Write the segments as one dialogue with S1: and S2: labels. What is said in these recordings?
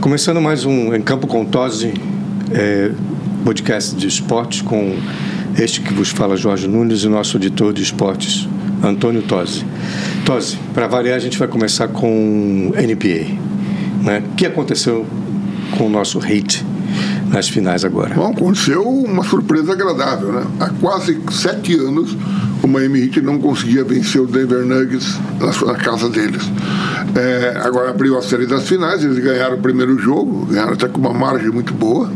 S1: Começando mais um Em Campo com Tose, é, podcast de esportes com este que vos fala Jorge Nunes e nosso editor de esportes, Antônio Tose. Tose, para variar, a gente vai começar com NBA. Né? O que aconteceu com o nosso hate nas finais agora?
S2: Bom, aconteceu uma surpresa agradável, né? Há quase sete anos o Miami Heat não conseguia vencer o Denver Nuggets na, sua, na casa deles. É, agora abriu a série das finais, eles ganharam o primeiro jogo, ganharam até com uma margem muito boa.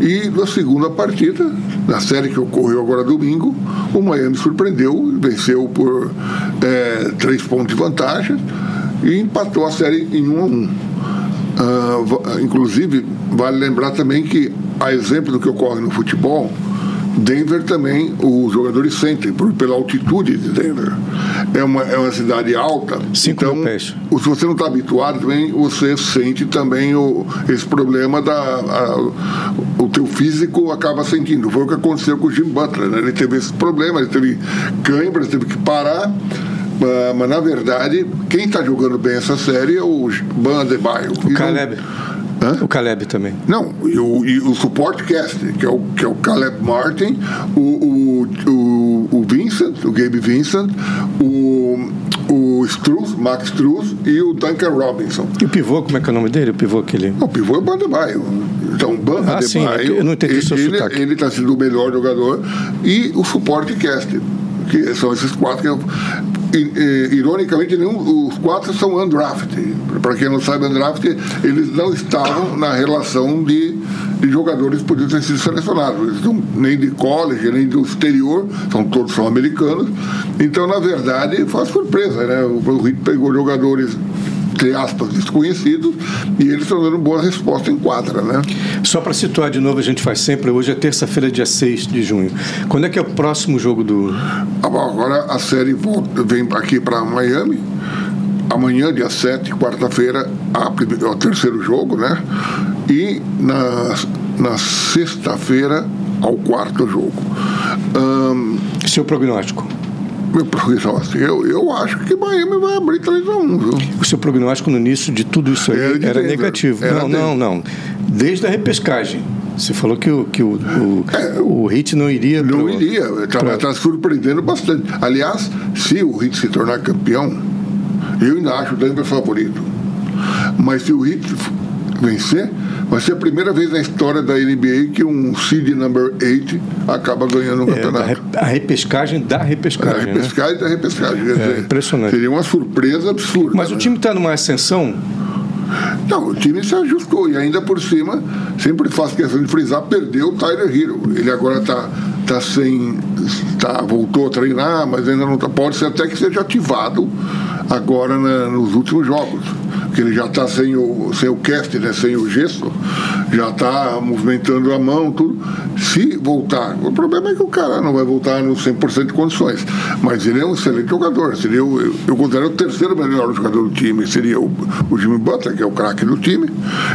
S2: E na segunda partida, na série que ocorreu agora domingo, o Miami surpreendeu, venceu por é, três pontos de vantagem e empatou a série em 1 um a 1. Um. Uh, inclusive, vale lembrar também que, a exemplo do que ocorre no futebol, Denver também, os jogadores sentem, por, pela altitude de Denver. É uma, é uma cidade alta,
S1: Cinco
S2: então,
S1: pés.
S2: o- se você não está habituado, também, você sente também o, esse problema da... a- o teu físico acaba sentindo. Foi o que aconteceu com o Jim Butler, né? Ele teve esse problema, ele teve cãibra, ele teve que parar. Ah, Mas, na verdade, quem está jogando bem essa série é o Bandebaio.
S1: O Caleb.
S2: Hã?
S1: O Caleb também.
S2: Não, e o, e o suporte cast, que é o, que é o Caleb Martin, o, o, o, o Vincent, o Gabe Vincent, o, o Struz, Max Struz e o Duncan Robinson.
S1: E o pivô, como é que é o nome dele? O pivô que ele...
S2: O pivô é o Bandebaio. Então, o Bandebaio,
S1: Ah, sim, é que eu não entendi seu
S2: ele,
S1: sotaque.
S2: ele está sendo o melhor jogador. E o suporte cast, que são esses quatro que eu, i- eh, Ironicamente, nenhum, os quatro são undrafted. Para quem não sabe, undrafted, eles não estavam na relação de, de jogadores que podiam ter sido selecionados. Eles não, nem de college, nem do exterior, são todos são americanos. Então, na verdade, faz surpresa, né? O, o Heat pegou jogadores entre aspas, desconhecidos, e eles estão dando boa resposta em quadra, né?
S1: Só para situar de novo, a gente faz sempre, hoje é terça-feira, dia 6 de junho. Quando é que é o próximo jogo do...
S2: Tá Agora a série volta, vem aqui para Miami. Amanhã, dia 7, quarta-feira, a prime- o terceiro jogo, né? E na, na sexta-feira, ao quarto jogo. Ahn,
S1: Seu prognóstico?
S2: meu prognóstico, eu, eu acho que Miami vai abrir 3x1, viu?
S1: O seu prognóstico no início de tudo isso aí
S2: Era
S1: era,
S2: de Denver.
S1: negativo.
S2: Era
S1: não,
S2: Denver.
S1: não, não. Desde a repescagem. Você falou que o, que o, o, o Hit não iria.
S2: É, Não
S1: pro-
S2: iria. Está
S1: pra-
S2: tá surpreendendo bastante. Aliás, se o Heat se tornar campeão, eu ainda acho o Denver favorito. Mas se o Heat f- vencer, vai ser a primeira vez na história da NBA que um seed number 8 acaba ganhando o
S1: é, da
S2: campeonato.
S1: re- a repescagem da
S2: A
S1: repescagem. né?
S2: repescagem da repescagem. quer dizer,
S1: impressionante.
S2: Seria uma surpresa absurda.
S1: Mas o
S2: né?
S1: time está numa ascensão.
S2: Não, o time se ajustou e ainda por cima, sempre faço questão de frisar, perdeu o Tyler Hero. Ele agora tá, tá sem. Tá, voltou a treinar, mas ainda não tá. Pode ser até que seja ativado agora na- nos últimos jogos. Porque ele já está sem o, sem o cast, né? sem o gesto, já está movimentando a mão, tudo. Se voltar, o problema é que o cara não vai voltar no 100% de condições. Mas ele é um excelente jogador. Seria o, eu, eu considero o terceiro melhor jogador do time. Seria o, o Jimmy Butler, que é o craque do time.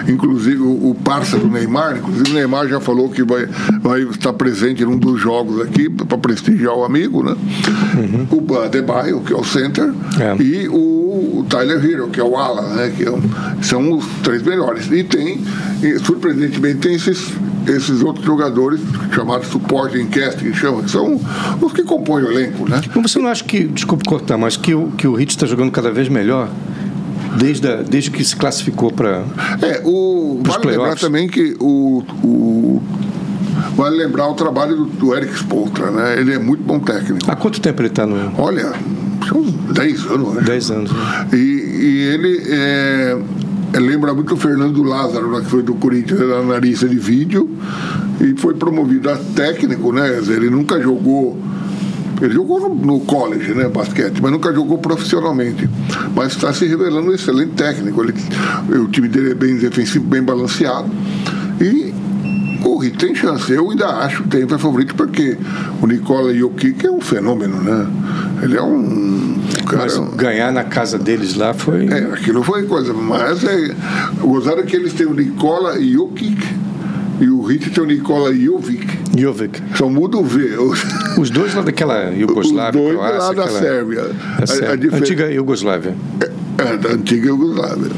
S2: Inclusive o, o parça do Neymar. Inclusive o Neymar já falou que vai, vai estar presente num dos jogos aqui para prestigiar o amigo, né? O Adebayo, que é o center.
S1: É.
S2: E o Tyler Hero, que é o ala, né? Que é um- são os três melhores. E tem, e, surpreendentemente, tem esses, esses outros jogadores chamados supporting cast, que chama, que são os que compõem o elenco, né?
S1: Mas você não acha que, desculpe cortar, mas que o, que o Hit está jogando cada vez melhor desde, a- desde que se classificou para.
S2: É, o,
S1: Pros
S2: vale lembrar
S1: playoffs.
S2: também que o, o- vale lembrar o trabalho do, do Eric Spoltra, né? Ele é muito bom técnico.
S1: Há quanto tempo ele está no.
S2: Olha, são uns 10 anos, né?
S1: 10 anos. Né?
S2: E, e ele é, é, lembra muito o Fernando Lázaro, né, que foi do Corinthians, era analista de vídeo e foi promovido a técnico, né? Quer dizer, Ele nunca jogou. Ele jogou no, no college, né, basquete, mas nunca jogou profissionalmente. Mas está se revelando um excelente técnico. Ele, o time dele é bem defensivo, bem balanceado. E o Heat tem chance, eu ainda acho que tem vai favorito, porque o Nicola Jokic é um fenômeno, né? Ele é um cara.
S1: Mas ganhar na casa deles lá foi.
S2: É, aquilo foi coisa, mas é, gostaram que eles têm o Nicola Jokic e o Hit tem o Nicola Jovic.
S1: Jovic.
S2: Só muda o V. O-
S1: Os dois lá daquela
S2: Os
S1: Iugoslávia,
S2: dois
S1: Croácia,
S2: lá da
S1: aquela-
S2: Sérvia.
S1: da Sérvia.
S2: difer-
S1: Antiga Iugoslávia.
S2: É, da antiga Yugoslávia.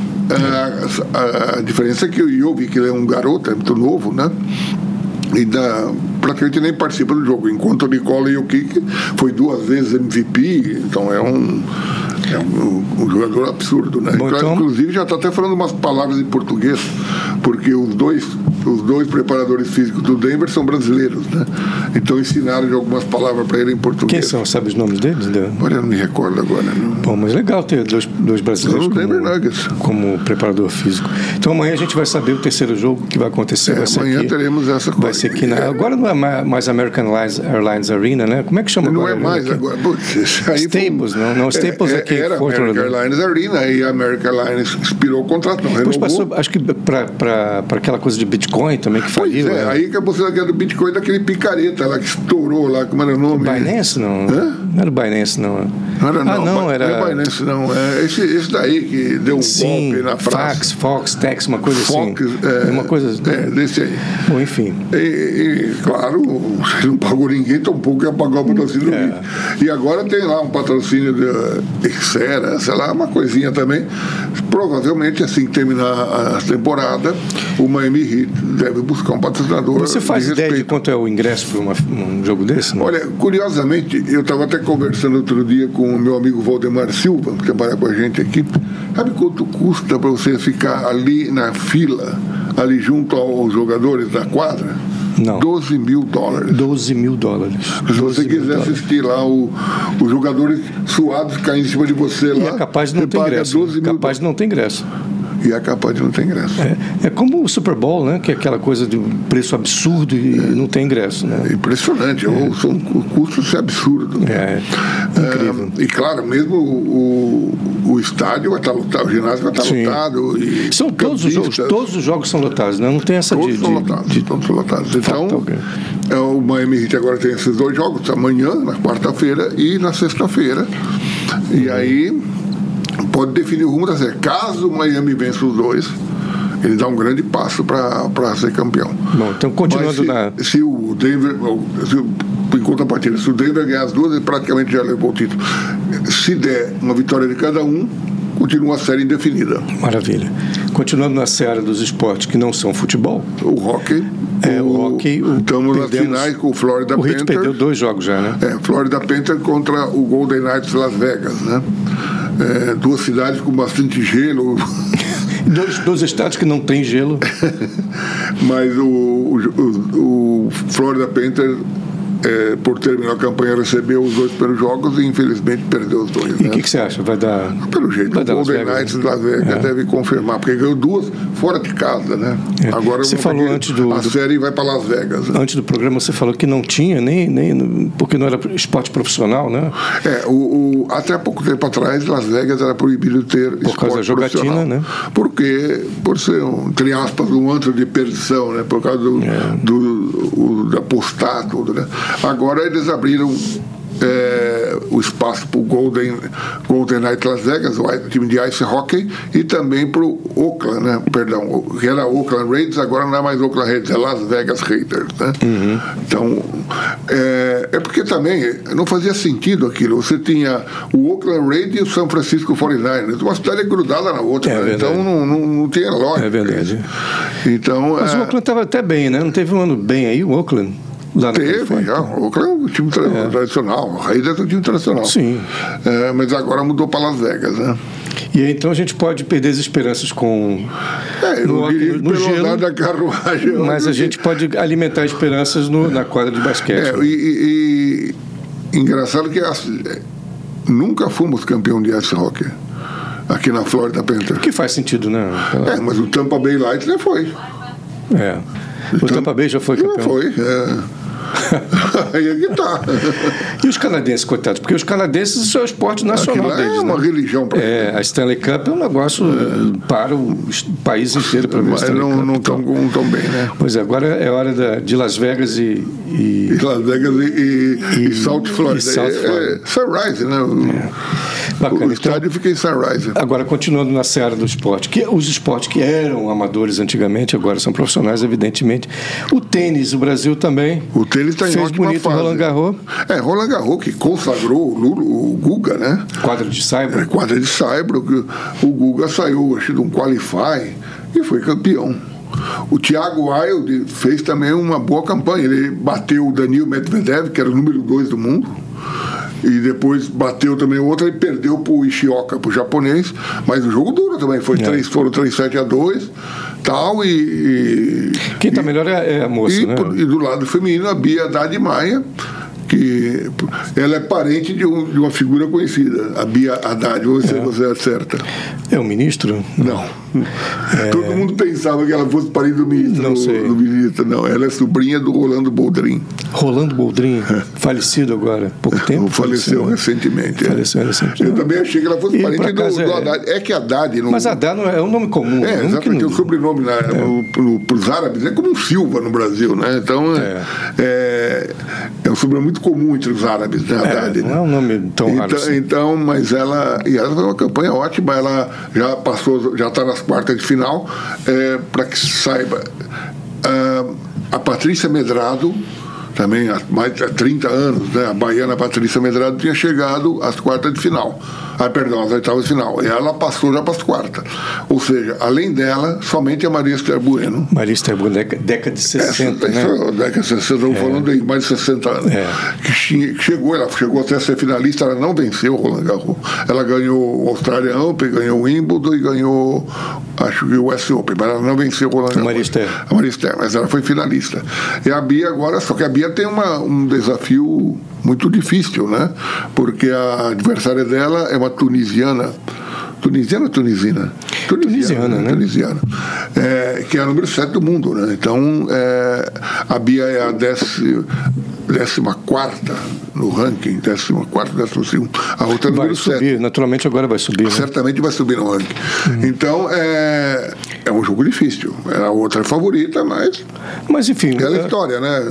S2: A, a, a diferença é que o Jovi, que ele é um garoto, é muito novo, né? ainda praticamente nem participa do jogo. Enquanto o Nicola e o Kik foi duas vezes MVP, então é um, é um, um jogador absurdo, né?
S1: Bom, então-
S2: Inclusive já está até falando umas palavras em português, porque os dois, os dois preparadores físicos do Denver são brasileiros, né? Então ensinaram de algumas palavras para ele em
S1: Quem
S2: português.
S1: são? Sabe os nomes deles? Deu?
S2: Olha, eu não me recordo agora. né? Não.
S1: Bom, mas legal ter dois, dois brasileiros
S2: Eu não lembro nada disso.
S1: como, como preparador físico. Então amanhã a gente vai saber o terceiro jogo que vai acontecer. vai ser
S2: É, amanhã
S1: aqui,
S2: teremos essa
S1: Vai
S2: coisa.
S1: ser aqui na, agora não é ma- mais American Airlines, Airlines Arena, né? Como é que chama
S2: Não
S1: agora
S2: é
S1: a arena
S2: mais
S1: aqui?
S2: agora. Putz, isso aí foi-
S1: Staples, não, não, Staples
S2: é,
S1: aqui,
S2: Era
S1: Porto
S2: American
S1: Alegre.
S2: Airlines Arena e a American Airlines expirou o contrato, não
S1: Depois
S2: renovou.
S1: passou, acho que para aquela coisa de Bitcoin também que
S2: Pois
S1: faliu.
S2: é,
S1: né?
S2: aí que você daquele Bitcoin daquele picareta lá que estourou lá, como era o nome?
S1: Binance não.
S2: Hã?
S1: Não era o Binance não.
S2: Não era,
S1: ah, não,
S2: Bi-
S1: era
S2: Não é Binance, não. É esse, esse daí que deu um
S1: Sim,
S2: golpe na praça.
S1: Fax, Fox, Tex, uma coisa assim.
S2: é,
S1: uma coisa.
S2: É, desse aí.
S1: Bom, enfim.
S2: E, e, claro, se não pagou ninguém, tampouco ia pagar o patrocínio do
S1: É.
S2: vídeo. E agora tem lá um patrocínio de Xera, sei lá, uma coisinha também. Provavelmente, assim que terminar a temporada, o Miami Heat deve buscar um patrocinador.
S1: Você faz
S2: de
S1: ideia
S2: respeito.
S1: de quanto é o ingresso para uma- um jogo desse? Não?
S2: Olha, curiosamente, eu estava até conversando outro dia com o meu amigo Valdemar Silva, que trabalha com a gente aqui. Sabe quanto custa para você ficar ali na fila, ali junto aos jogadores da quadra?
S1: Não.
S2: 12 mil dólares.
S1: 12 mil dólares.
S2: Se você
S1: 12 mil
S2: quiser
S1: dólares.
S2: assistir lá o- os jogadores suados caindo em cima de você
S1: E
S2: lá,
S1: é capaz de não
S2: Ah, você
S1: ter
S2: paga
S1: ingresso.
S2: 12 mil
S1: Capaz de não ter ingresso.
S2: dólares. E é capaz de não ter ingresso.
S1: É, é como o Super Bowl, né? Que é aquela coisa de um preço absurdo e não tem ingresso, né?
S2: É impressionante, ou são custos absurdos.
S1: É, incrível.
S2: É, e claro, mesmo o, o estádio vai estar lotado, o ginásio vai estar
S1: Sim.
S2: lotado. E
S1: São todos os jogos,
S2: campistas,
S1: todos os jogos são lotados, né? Não tem essa
S2: todos
S1: de,
S2: são
S1: de-
S2: lotados,
S1: de-
S2: todos são lotados. Então,
S1: ok.
S2: é, o Miami Heat agora tem esses dois jogos, amanhã, na quarta-feira e na sexta-feira. E
S1: Uhum.
S2: aí pode definir o rumo da série. Caso o Miami vença os dois, ele dá um grande passo para ser campeão.
S1: Bom, então
S2: Mas
S1: continuando
S2: se,
S1: na.
S2: se o Denver, se, o- em contrapartida, se o Denver ganhar as duas, ele praticamente já levou o título. Se der uma vitória de cada um, continua a série indefinida.
S1: Maravilha. Continuando na seara dos esportes que não são futebol,
S2: O hockey.
S1: É, o hockey, o-
S2: Estamos nas
S1: perdemos-
S2: finais com o Florida
S1: o Heat
S2: Panthers.
S1: perdeu dois jogos já, né?
S2: É, Florida Panthers contra o Golden Knights de Las Vegas, né? É, duas cidades com bastante gelo,
S1: Dois, dois estados que não têm gelo.
S2: mas o, o, o- o Florida Panthers, é, por terminar a campanha, recebeu os dois primeiros jogos e infelizmente perdeu os dois.
S1: E
S2: né?
S1: o que, que você acha? Vai dar.
S2: Pelo jeito,
S1: Vai
S2: o
S1: dar Las
S2: Golden
S1: Vegas,
S2: Knights de Las Vegas deve confirmar, porque ganhou duas fora de casa, né?
S1: É.
S2: Agora
S1: Você
S2: vamos
S1: falou
S2: ver,
S1: antes do-
S2: a
S1: do-
S2: série vai para Las Vegas. né?
S1: Antes do programa você falou que não tinha, nem, nem porque não era esporte profissional, né?
S2: É, o, o- até pouco tempo atrás, Las Vegas era proibido ter Por esporte
S1: causa da jogatina,
S2: profissional.
S1: né?
S2: Porque, por ser, um, entre aspas, um antro de perdição, né? Por causa do, do- o- da postar, tudo, né? Agora eles abriram é, o espaço para o Golden, Golden Knight Las Vegas, o i- time de ice hockey, e também para o Oakland, né? Perdão, o- que era Oakland Raiders, agora não é mais Oakland Raiders, é Las Vegas Raiders, né? Então, é, é porque também não fazia sentido aquilo. Você tinha o Oakland Raiders e o San Francisco 49ers, uma cidade grudada na outra,
S1: É
S2: né?
S1: verdade.
S2: então não, não, não tinha lógica.
S1: É verdade.
S2: Então,
S1: Mas
S2: é,
S1: o Oakland estava até bem, né? Não teve um ano bem aí, o Oakland? Lá na
S2: Teve,
S1: Califórnia?
S2: já. O Oakland é um time tra- tradicional. O Raiders é um time tradicional.
S1: Sim.
S2: É, mas agora mudou para Las Vegas, né?
S1: E aí, então a gente pode perder as esperanças com.
S2: É, eu
S1: No
S2: não diria
S1: hockey,
S2: pelo
S1: no gelo,
S2: andar da carruagem. eu
S1: Mas a
S2: diria-
S1: gente pode alimentar esperanças no- na quadra de basquete.
S2: É, e, e- e- engraçado que as- é, nunca fomos campeão de ice hockey aqui na Flórida Panther.
S1: O que faz sentido, né?
S2: É, mas o Tampa Bay Light não foi.
S1: É. O Tampa Bay já foi
S2: Então, Não
S1: campeão.
S2: foi. é. Aí é que tá.
S1: E os canadenses, coitados? Porque os canadenses isso é o esporte
S2: Aquilo
S1: nacional
S2: lá
S1: deles,
S2: é uma
S1: né?
S2: religião para
S1: É, a Stanley Cup é um negócio para o es- país inteiro para ver a
S2: Mas
S1: Stanley
S2: não,
S1: Cup.
S2: não tão, não tão bem, né?
S1: Pois é, agora é hora da- de Las Vegas e, e-
S2: E Las Vegas e, e, e South Florida.
S1: e South
S2: É-
S1: Florida.
S2: é Sunrise, né? o estádio fica em Sunrise.
S1: Agora, continuando na seara do esporte, que os esportes que eram amadores antigamente, agora são profissionais, evidentemente. O tênis, o Brasil também.
S2: O tênis está em
S1: fez
S2: ótima
S1: bonito
S2: fase.
S1: Roland Garros.
S2: É, Roland Garros que consagrou o, Lula, o Guga, né?
S1: Quadra de
S2: É,
S1: saiba.
S2: quadra de saibro, que o Guga saiu acho, de um qualify e foi campeão. O Thiago Wilde fez também uma boa campanha. Ele bateu o Danil Medvedev, que era o número dois do mundo, e depois bateu também outra e perdeu para o Ishioka, para o japonês. Mas o jogo duro também, foi três, foram 3-7 a 2 tal, e- e
S1: Quem está melhor é, é a moça,
S2: e,
S1: né?
S2: por- e do lado feminino, a Bia Haddad Maia, que ela é parente de, um- de uma figura conhecida, a Bia Haddad, vamos ver se você acerta.
S1: É o ministro?
S2: Não. Todo mundo pensava que ela fosse parente do ministro.
S1: É. Não sei.
S2: do ministro, não. Ela é sobrinha do Rolando Boldrin.
S1: Rolando Boldrin, falecido agora, pouco tempo.
S2: É. faleceu
S1: né?
S2: recentemente. é.
S1: Faleceu recentemente.
S2: Eu também achei que ela fosse
S1: E por
S2: parente do,
S1: acaso
S2: do
S1: é-
S2: Haddad. É que Haddad não.
S1: Mas Haddad não é, é um nome comum. um
S2: É,
S1: nome que
S2: exatamente.
S1: não-
S2: O sobrenome na, para os árabes é como um Silva no Brasil, né? Então é, é, é um sobrenome muito comum entre os árabes, na verdade.
S1: é,
S2: né?
S1: não é um nome tão raro
S2: Então,
S1: assim.
S2: então, mas ela. E ela fez uma campanha ótima, ela já passou, já está nas quartas de final. Para que se saiba, ah, a Patrícia Medrado, também há mais de 30 anos, né, a baiana Patrícia Medrado tinha chegado às quartas de final. Ah, perdão, às oitavas de final. E ela passou já para as quartas. Ou seja, além dela, somente a Maria Esther Bueno.
S1: Maria Esteban, década, é né? década de
S2: Essa,
S1: 60,
S2: essa
S1: né?
S2: década de 60, estamos falando de mais de 60 anos.
S1: É.
S2: Que, tinha- que chegou, ela chegou até ser finalista, ela não venceu o Roland Garros. Ela ganhou o Australian Open, ganhou o Wimbledon e ganhou, acho que o US Open, mas ela não venceu o Roland Garros.
S1: Maria Esther.
S2: A Maria Esther, mas ela foi finalista. E a Bia agora, só que a Bia tem uma- um desafio muito difícil, né? Porque a adversária dela é uma tunisiana. Tunisiana ou tunisina?
S1: Tunisiana, né?
S2: tunisiana, é, que é a número 7 do mundo. Né? Então, é, a Bia é a 14 no ranking, 14, 15. A outra
S1: Vai
S2: é a número 7.
S1: subir, né? naturalmente agora vai subir. Né?
S2: Certamente vai subir no ranking.
S1: Uhum.
S2: Então, é, é um jogo difícil. A outra é favorita, mas
S1: Mas enfim,
S2: é a
S1: é,
S2: vitória, né?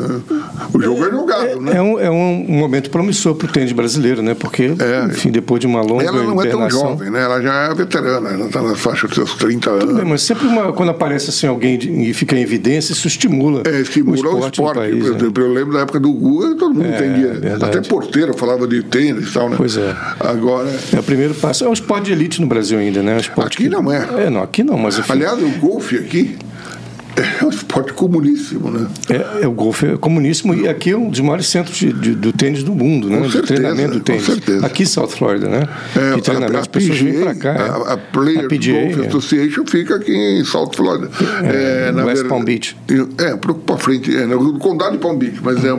S2: O jogo é jogado, né?
S1: é um, é um momento promissor para o tênis brasileiro, né? Porque,
S2: É.
S1: enfim, depois de uma longa
S2: Ela não é tão
S1: hibernação-
S2: jovem, né? Ela já é veterana, ela está na faixa dos seus 30 anos.
S1: É, mas sempre uma- quando aparece assim alguém de- e fica em evidência, isso estimula,
S2: É, estimula
S1: o
S2: o
S1: esporte,
S2: esporte.
S1: no país.
S2: eu,
S1: né?
S2: eu lembro da época do Guga, todo mundo
S1: É,
S2: entendia.
S1: verdade.
S2: Até porteiro falava de tênis e tal, né?
S1: Pois é.
S2: Agora.
S1: É o primeiro passo. É um esporte de elite no Brasil ainda, né? Um esporte
S2: Aqui
S1: que-
S2: não é.
S1: É, não, aqui não, mas enfim,
S2: Aliás, o golfe aqui é um esporte comuníssimo, né?
S1: é, é o golfe é comuníssimo e aqui é um dos maiores centros de- de- do tênis do mundo, né?
S2: Com
S1: do
S2: certeza,
S1: treinamento do
S2: com
S1: tênis.
S2: certeza.
S1: Aqui em South Florida, né?
S2: É,
S1: que treinamento, as pessoas vêm para cá. é.
S2: a, a Players
S1: A PGA,
S2: Golf
S1: é.
S2: Association fica aqui em South Florida.
S1: É,
S2: na
S1: West
S2: verdade-
S1: Palm Beach.
S2: É, para frente, é, no condado de Palm Beach, mas é,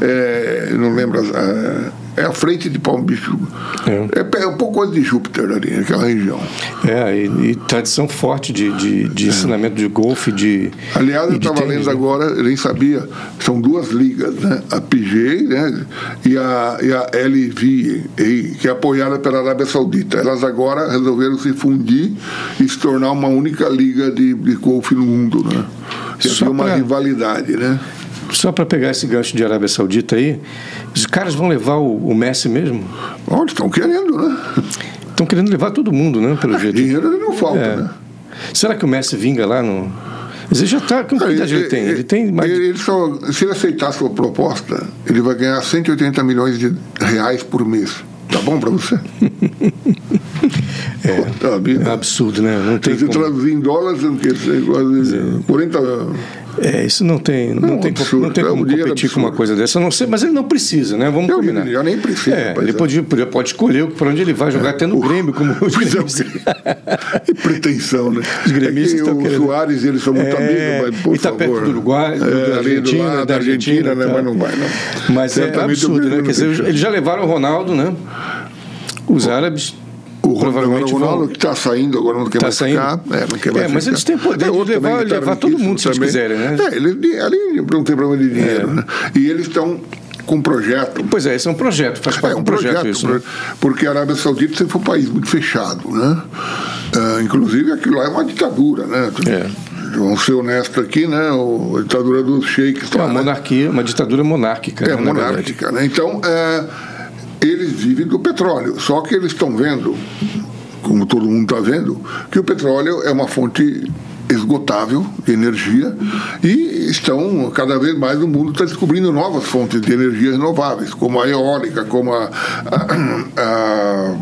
S2: é, não lembro, as- a- é a frente de Palm Beach.
S1: É.
S2: É, pe- é um pouco antes de Júpiter ali, aquela região.
S1: É, e, e tradição forte de, de,
S2: É.
S1: de ensinamento de golfe, de.
S2: Aliás,
S1: e
S2: eu
S1: de
S2: estava
S1: tênis,
S2: lendo
S1: né?
S2: agora, eu nem sabia, são duas ligas, né? A PGA né? e, a, e a LVA, que é apoiada pela Arábia Saudita. Elas agora resolveram se fundir e se tornar uma única liga de, de golfe no mundo, né? Que
S1: Só
S2: havia uma
S1: pra-
S2: rivalidade, né?
S1: Só para pegar esse gancho de Arábia Saudita aí, os caras vão levar o, o Messi mesmo?
S2: Onde estão querendo, né?
S1: Estão querendo levar todo mundo, né? Pelo jeito.
S2: Dinheiro não falta,
S1: É.
S2: né?
S1: Será que o Messi vinga lá no. Mas ele já está. Que
S2: Não,
S1: idade ele tem? Ele tem mais.
S2: ele- ele só- se ele aceitar a sua proposta, ele vai ganhar 180 milhões de reais por mês. Tá bom pra você? é.
S1: É absurdo, né? Não tem
S2: se
S1: como-
S2: traduzir em dólares, o quê? Sei, quase 40.
S1: É, isso não tem, não
S2: É um
S1: tem, co-
S2: absurdo,
S1: não tem
S2: é um
S1: como
S2: dinheiro
S1: competir com uma
S2: absurdo. É
S1: coisa
S2: um
S1: dessa. Eu não sei, mas ele não precisa, né? Vamos
S2: Eu-
S1: combinar.
S2: ele já nem precisa,
S1: É,
S2: pois
S1: ele
S2: é.
S1: pode, podia- pode escolher para onde ele vai jogar, até no Grêmio, como os
S2: Pois é,
S1: gremistas.
S2: que pretensão, né?
S1: Os gremistas
S2: é que
S1: estão
S2: o
S1: querendo-
S2: Soares e eles são
S1: É,
S2: muito amigos, mas por
S1: e tá
S2: favor.
S1: perto do Uruguai, do-
S2: É,
S1: da
S2: ali do
S1: Argentina,
S2: lado,
S1: da
S2: da
S1: Argentina,
S2: Argentina, né?
S1: tá.
S2: mas não vai, não.
S1: Mas é
S2: Certamente um o
S1: absurdo,
S2: Grêmio
S1: né?
S2: não
S1: Quer dizer,
S2: deixa.
S1: eles já levaram o Ronaldo, né? Os árabes.
S2: O
S1: provavelmente
S2: Ronaldo, o Ronaldo
S1: vão.
S2: que está saindo agora, não quer
S1: Tá
S2: mais
S1: saindo.
S2: ficar. É, não quer mais
S1: É, mas
S2: ficar.
S1: eles têm poder de
S2: outro
S1: levar-
S2: também que tá
S1: levar todo mundo, se eles
S2: riquíssimo
S1: quiserem, né? É.
S2: É, eles, ali não tem problema de dinheiro. Né? E eles estão com um projeto.
S1: Pois é, esse é um projeto, faz parte
S2: É
S1: de
S2: um
S1: um projeto,
S2: projeto,
S1: isso. né?
S2: porque a Arábia Saudita sempre foi um país muito fechado, né? Ah, inclusive, aquilo lá é uma ditadura, né?
S1: É.
S2: Vamos ser honestos aqui, né? O, a ditadura dos sheiks
S1: É
S2: lá,
S1: uma
S2: né?
S1: monarquia, uma ditadura monárquica.
S2: É
S1: né, na verdade.
S2: monárquica, né? Então, é, eles vivem do petróleo. Só que eles estão vendo, como todo mundo está vendo, que o petróleo é uma fonte esgotável de energia e estão cada vez mais o mundo está descobrindo novas fontes de energias renováveis, como a eólica, como a, a, a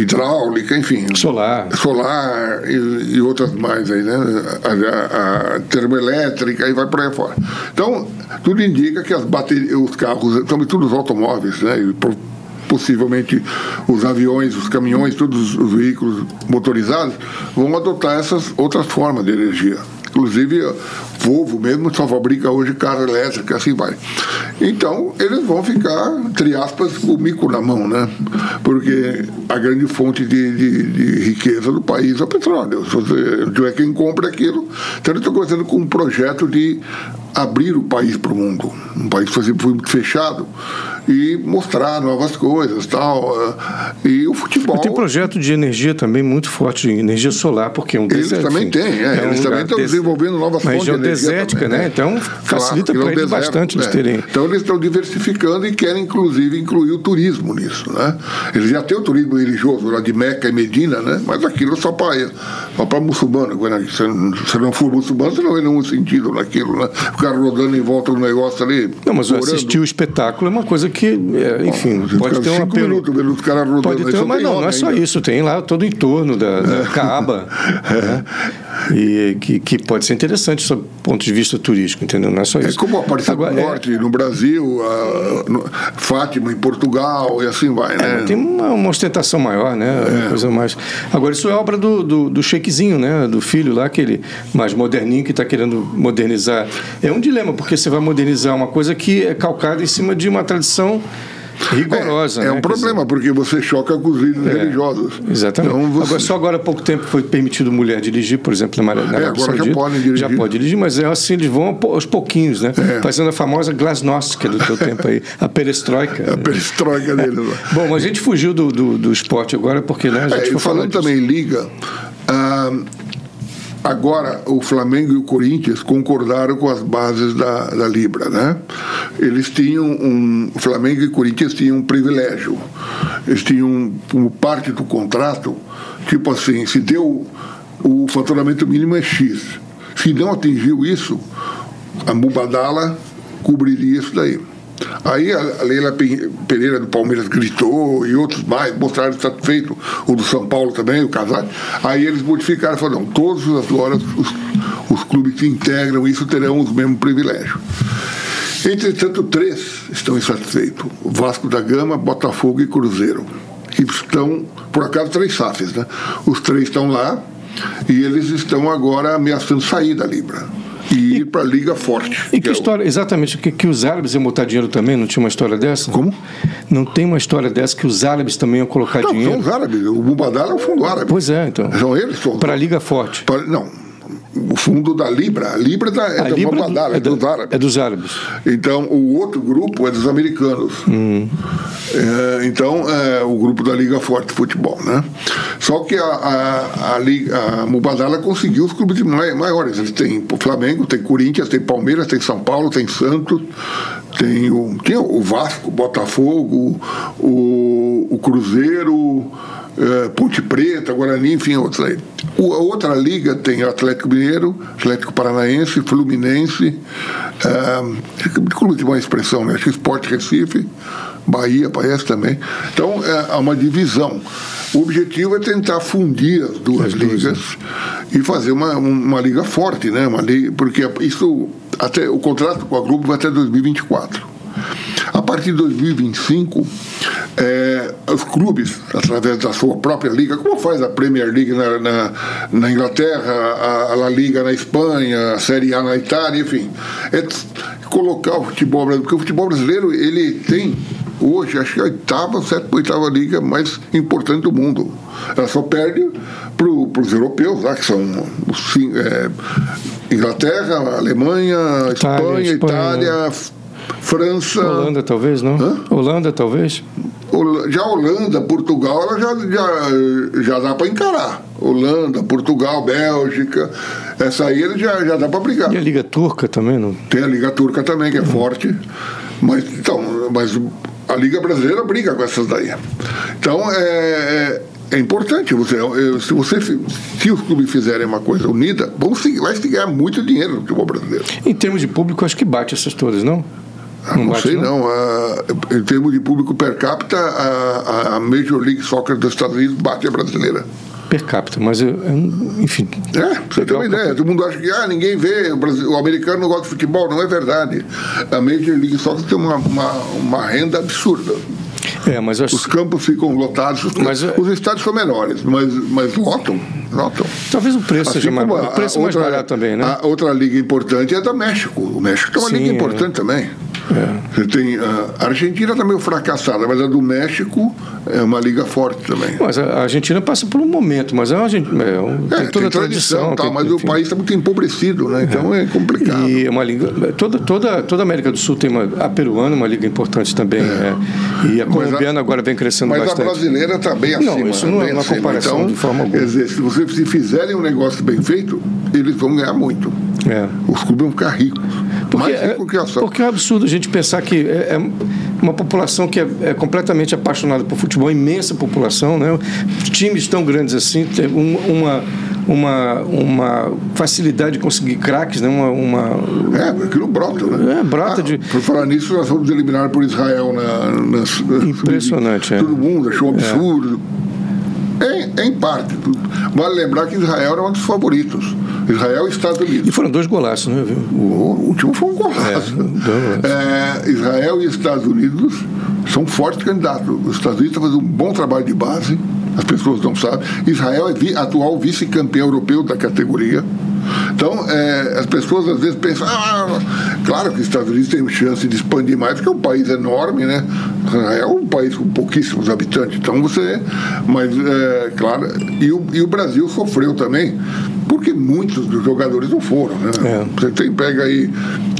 S2: hidráulica, enfim.
S1: Solar.
S2: Solar e, e, outras mais aí, né? A, a, a termoelétrica e vai para aí fora. Então, tudo indica que as baterias, os carros, sobretudo os automóveis, né? E, por, possivelmente os aviões, os caminhões, todos os veículos motorizados vão adotar essas outras formas de energia. Inclusive, a Volvo mesmo só fabrica hoje carro elétrico, assim vai. Então, eles vão ficar, entre aspas, com o mico na mão, né? Porque a grande fonte de, de, de riqueza do país é o petróleo. Se você tiver quem compra aquilo, então eu estou conversando com um projeto de abrir o país para o mundo. Um país que foi muito fechado e mostrar novas coisas tal. eh, E o futebol.
S1: Tem projeto de energia também muito forte, energia solar, porque um
S2: Eles
S1: deserto,
S2: também têm, é, é eles um também estão des... desenvolvendo novas
S1: Uma
S2: fontes de
S1: região
S2: energia.
S1: desértica,
S2: também,
S1: né? Então facilita para
S2: Claro, que é um
S1: eles
S2: deserto,
S1: bastante eles
S2: né?
S1: terem.
S2: Então eles estão diversificando e querem, inclusive, incluir o turismo nisso, né? Eles já têm o turismo religioso lá de Meca e Medina, né? Mas aquilo só para só para muçulmano. Quando é você não- Se você não for muçulmano, você não vê nenhum sentido naquilo, né? Ficar rodando em volta do negócio ali.
S1: Não, mas
S2: orando.
S1: assistir o espetáculo é uma coisa que, é, enfim,
S2: Você
S1: pode
S2: fica
S1: ter um
S2: cinco
S1: apelo.
S2: minutos vendo os caras rodando.
S1: Pode
S2: aí
S1: ter,
S2: só
S1: mas
S2: tem
S1: não,
S2: homem
S1: não é só
S2: ainda. É.
S1: isso, tem lá todo o entorno da, da Caaba, né? e que, que pode ser interessante sob o ponto de vista turístico, entendeu? Não é só
S2: É
S1: isso.
S2: como apareceu
S1: Agora,
S2: no
S1: é-
S2: Norte, no Brasil, a- no- Fátima em Portugal e assim vai, né?
S1: Tem uma, uma ostentação maior, né?
S2: É.
S1: Uma Coisa mais. Agora, isso é obra do, do, do Sheikzinho, né? Do filho lá, aquele mais moderninho que está querendo modernizar. É um dilema, porque você vai modernizar uma coisa que é calcada em cima de uma tradição rigorosa.
S2: é
S1: né?
S2: um
S1: Quer
S2: problema, porque você choca com os líderes
S1: dizer, é,
S2: religiosos.
S1: Exatamente.
S2: Então, você-
S1: Agora, só agora há pouco tempo foi permitido mulher dirigir, por exemplo, na, Mara- na
S2: É,
S1: Arábia
S2: agora já
S1: Saudita.
S2: podem dirigir.
S1: Já pode dirigir, mas é assim, eles vão po- aos pouquinhos, né?
S2: É.
S1: Fazendo a famosa glasnost, que é do teu tempo aí, a perestroika.
S2: A perestroika deles. lá.
S1: Bom, mas a gente fugiu do, do, do esporte agora, porque né, a gente
S2: É,
S1: foi
S2: e
S1: falar
S2: falando
S1: disso.
S2: também em liga, ah, agora o Flamengo e o Corinthians concordaram com as bases da, da Libra, né? Eles tinham um o Flamengo e o Corinthians tinham um privilégio. Eles tinham como parte do contrato, tipo assim, se deu o faturamento mínimo é X. Se não atingiu isso, a Mubadala cobriria isso daí. Aí a a Leila Pe- Pereira do Palmeiras gritou e outros mais mostraram satisfeito, o do São Paulo também, o Casale. Aí eles modificaram e falaram: não, todas as horas os, os clubes que integram isso terão os mesmos privilégios. Entretanto, três estão insatisfeitos: Vasco da Gama, Botafogo e Cruzeiro. Que estão, por acaso, três SAFs, né? Os três estão lá e eles estão agora ameaçando sair da Libra e ir para a Liga Forte.
S1: E
S2: que
S1: que
S2: é o-
S1: história, exatamente, que, que os árabes iam botar dinheiro também? Não tinha uma história dessa?
S2: Como?
S1: Não tem uma história dessa que os árabes também iam colocar
S2: Não,
S1: dinheiro?
S2: são os árabes. O Mubadala é o fundo árabe.
S1: Pois é, então.
S2: São eles são.
S1: Para a Liga Forte.
S2: pra- não. O fundo da Libra. A Libra da, é
S1: A
S2: do
S1: Libra do-
S2: Mubadala, é
S1: é, do-
S2: dos árabes.
S1: é dos árabes.
S2: Então, o outro grupo é dos americanos. É, então, é o grupo da Liga Forte de Futebol, né? Só que a, a, a, Liga, a Mubadala conseguiu os clubes mai- maiores. Eles têm o Flamengo, tem Corinthians, tem Palmeiras, tem São Paulo, tem Santos, tem o, tem o Vasco, Botafogo, o, o Cruzeiro, é, Ponte Preta, Guarani, enfim, outros aí. O- a outra liga tem Atlético Mineiro, Atlético Paranaense, Fluminense, é, inclusive uma expressão, né? acho que Esporte Recife, Bahia parece também. Então é, há uma divisão. O objetivo é tentar fundir as duas né? ligas e fazer uma, um, uma liga forte, né? Uma liga, porque isso até o contrato com a Globo vai até 2024. A partir de 2025, eh, os clubes, através da sua própria liga, como faz a Premier League na, na- na Inglaterra, a, a La Liga na Espanha, a Série A na Itália, enfim, é t- colocar o futebol brasileiro, porque o futebol brasileiro ele tem hoje, acho que a oitava, sétima, oitava liga mais importante do mundo. Ela só perde para os europeus lá, que são os cin- eh, Inglaterra, Alemanha,
S1: Itália,
S2: Espanha,
S1: Espanha.
S2: Itália, F- França,
S1: Holanda, talvez, não?
S2: Ah. Hã?
S1: Holanda, talvez?
S2: Hol- já Holanda, Portugal, ela já, já, já dá para encarar. Holanda, Portugal, Bélgica, essa aí ele já, já dá para brigar.
S1: E a Liga Turca também, não?
S2: Tem a Liga Turca também, que é forte. Mas, então, mas a Liga Brasileira briga com essas daí. Então, é, é, é importante. Você, é, se, você, se os clubes fizerem uma coisa unida, vão se, vai se ganhar muito dinheiro no futebol brasileiro.
S1: Em termos de público, acho que bate essas todas, não?
S2: Ah, não, não bate, sei, não. não. Ah, em termos de público per capita, a, a Major League Soccer dos Estados Unidos bate a brasileira
S1: per capita, mas eu, eu, enfim.
S2: É, você tem uma ideia. Todo mundo acha que ah, ninguém vê, o, Brasil, o, americano não gosta de futebol. Não é verdade. A Major League Soccer tem uma, uma, uma renda absurda.
S1: É, mas
S2: Os campos ficam lotados, os, mas,
S1: é,
S2: os estádios são menores, mas, mas lotam, lotam.
S1: Talvez o preço assim seja mais, a, o preço outra, mais barato também, né?
S2: A outra liga importante é da México. O México é uma Sim, liga importante é. também. É. Você tem, a Argentina está meio fracassada, mas a do México é uma liga forte também.
S1: Mas a Argentina passa por um momento, mas a Argentina, é, um, tem toda tem a tradição.
S2: Tá,
S1: tem,
S2: mas enfim. o país está muito empobrecido, né? então é complicado.
S1: E é uma liga. Toda, toda, toda a América do Sul tem uma. A peruana uma liga importante também. é, e a colombiana agora vem crescendo
S2: mas
S1: bastante.
S2: Mas a brasileira está bem acima.
S1: Não, isso não é uma
S2: acima.
S1: comparação
S2: então,
S1: de forma alguma.
S2: Quer dizer, se vocês se fizerem um negócio bem feito, eles vão ganhar muito. É. Os clubes vão ficar ricos.
S1: Porque,
S2: mais ricos que a ação.
S1: Porque é um absurdo a gente pensar que é, uma população que é, é completamente apaixonada por futebol, imensa população, né? times tão grandes assim, uma, uma, uma facilidade de conseguir craques, né? Uma, uma...
S2: É, aquilo brota, né?
S1: É, brota ah, de...
S2: Por falar nisso, nós fomos eliminados por Israel na... na
S1: Impressionante, é.
S2: Todo mundo achou um absurdo. É, é em parte. Vale lembrar que Israel era um dos favoritos. Israel e Estados Unidos.
S1: E foram dois golaços, né?
S2: O último foi um golaço. É, é, Israel e Estados Unidos são fortes candidatos. Os Estados Unidos estão fazendo um bom trabalho de base, as pessoas não sabem. Israel é vi, atual vice-campeão europeu da categoria. Então, é, as pessoas às vezes pensam, ah, claro que os Estados Unidos têm chance de expandir mais, porque é um país enorme, né? É um país com pouquíssimos habitantes, então você. Mas, é, claro, e o, e o Brasil sofreu também, porque muitos dos jogadores não foram, né? É. Você tem, pega aí,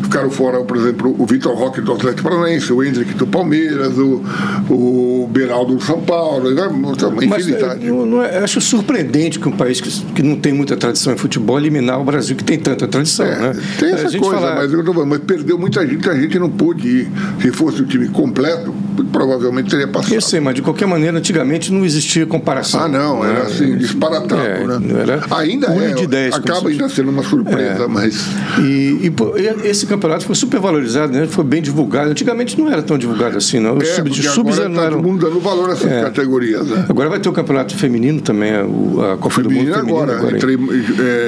S2: ficaram fora, por exemplo, o Vitor Roque do Atlético Paranaense, o Hendrick do Palmeiras, o, o Beraldo do São Paulo, né? uma infinidade.
S1: Mas, eu, não é, acho surpreendente que um país que, que não tem muita tradição em futebol eliminar o Brasil, que tem tanta tradição. É, né?
S2: Tem essa coisa, fala... mas, eu tô falando, mas perdeu muita gente, a gente não pôde ir. Se fosse o time completo, provavelmente teria passado.
S1: Eu sei, mas de qualquer maneira, antigamente não existia comparação.
S2: Ah, não,
S1: É,
S2: era né? assim, disparatado. É, né? Era ainda
S1: um
S2: é, de 10, acaba ainda sendo uma surpresa, é. mas...
S1: E, e pô, esse campeonato foi super valorizado, né? foi bem divulgado. Antigamente não era tão divulgado assim, não. Os
S2: é,
S1: sub,
S2: subs agora tá eram... mundo dando valor a essas é. categorias. Né?
S1: Agora vai ter o campeonato feminino também, é, a Copa
S2: feminino
S1: do Mundo feminino
S2: agora. agora entre,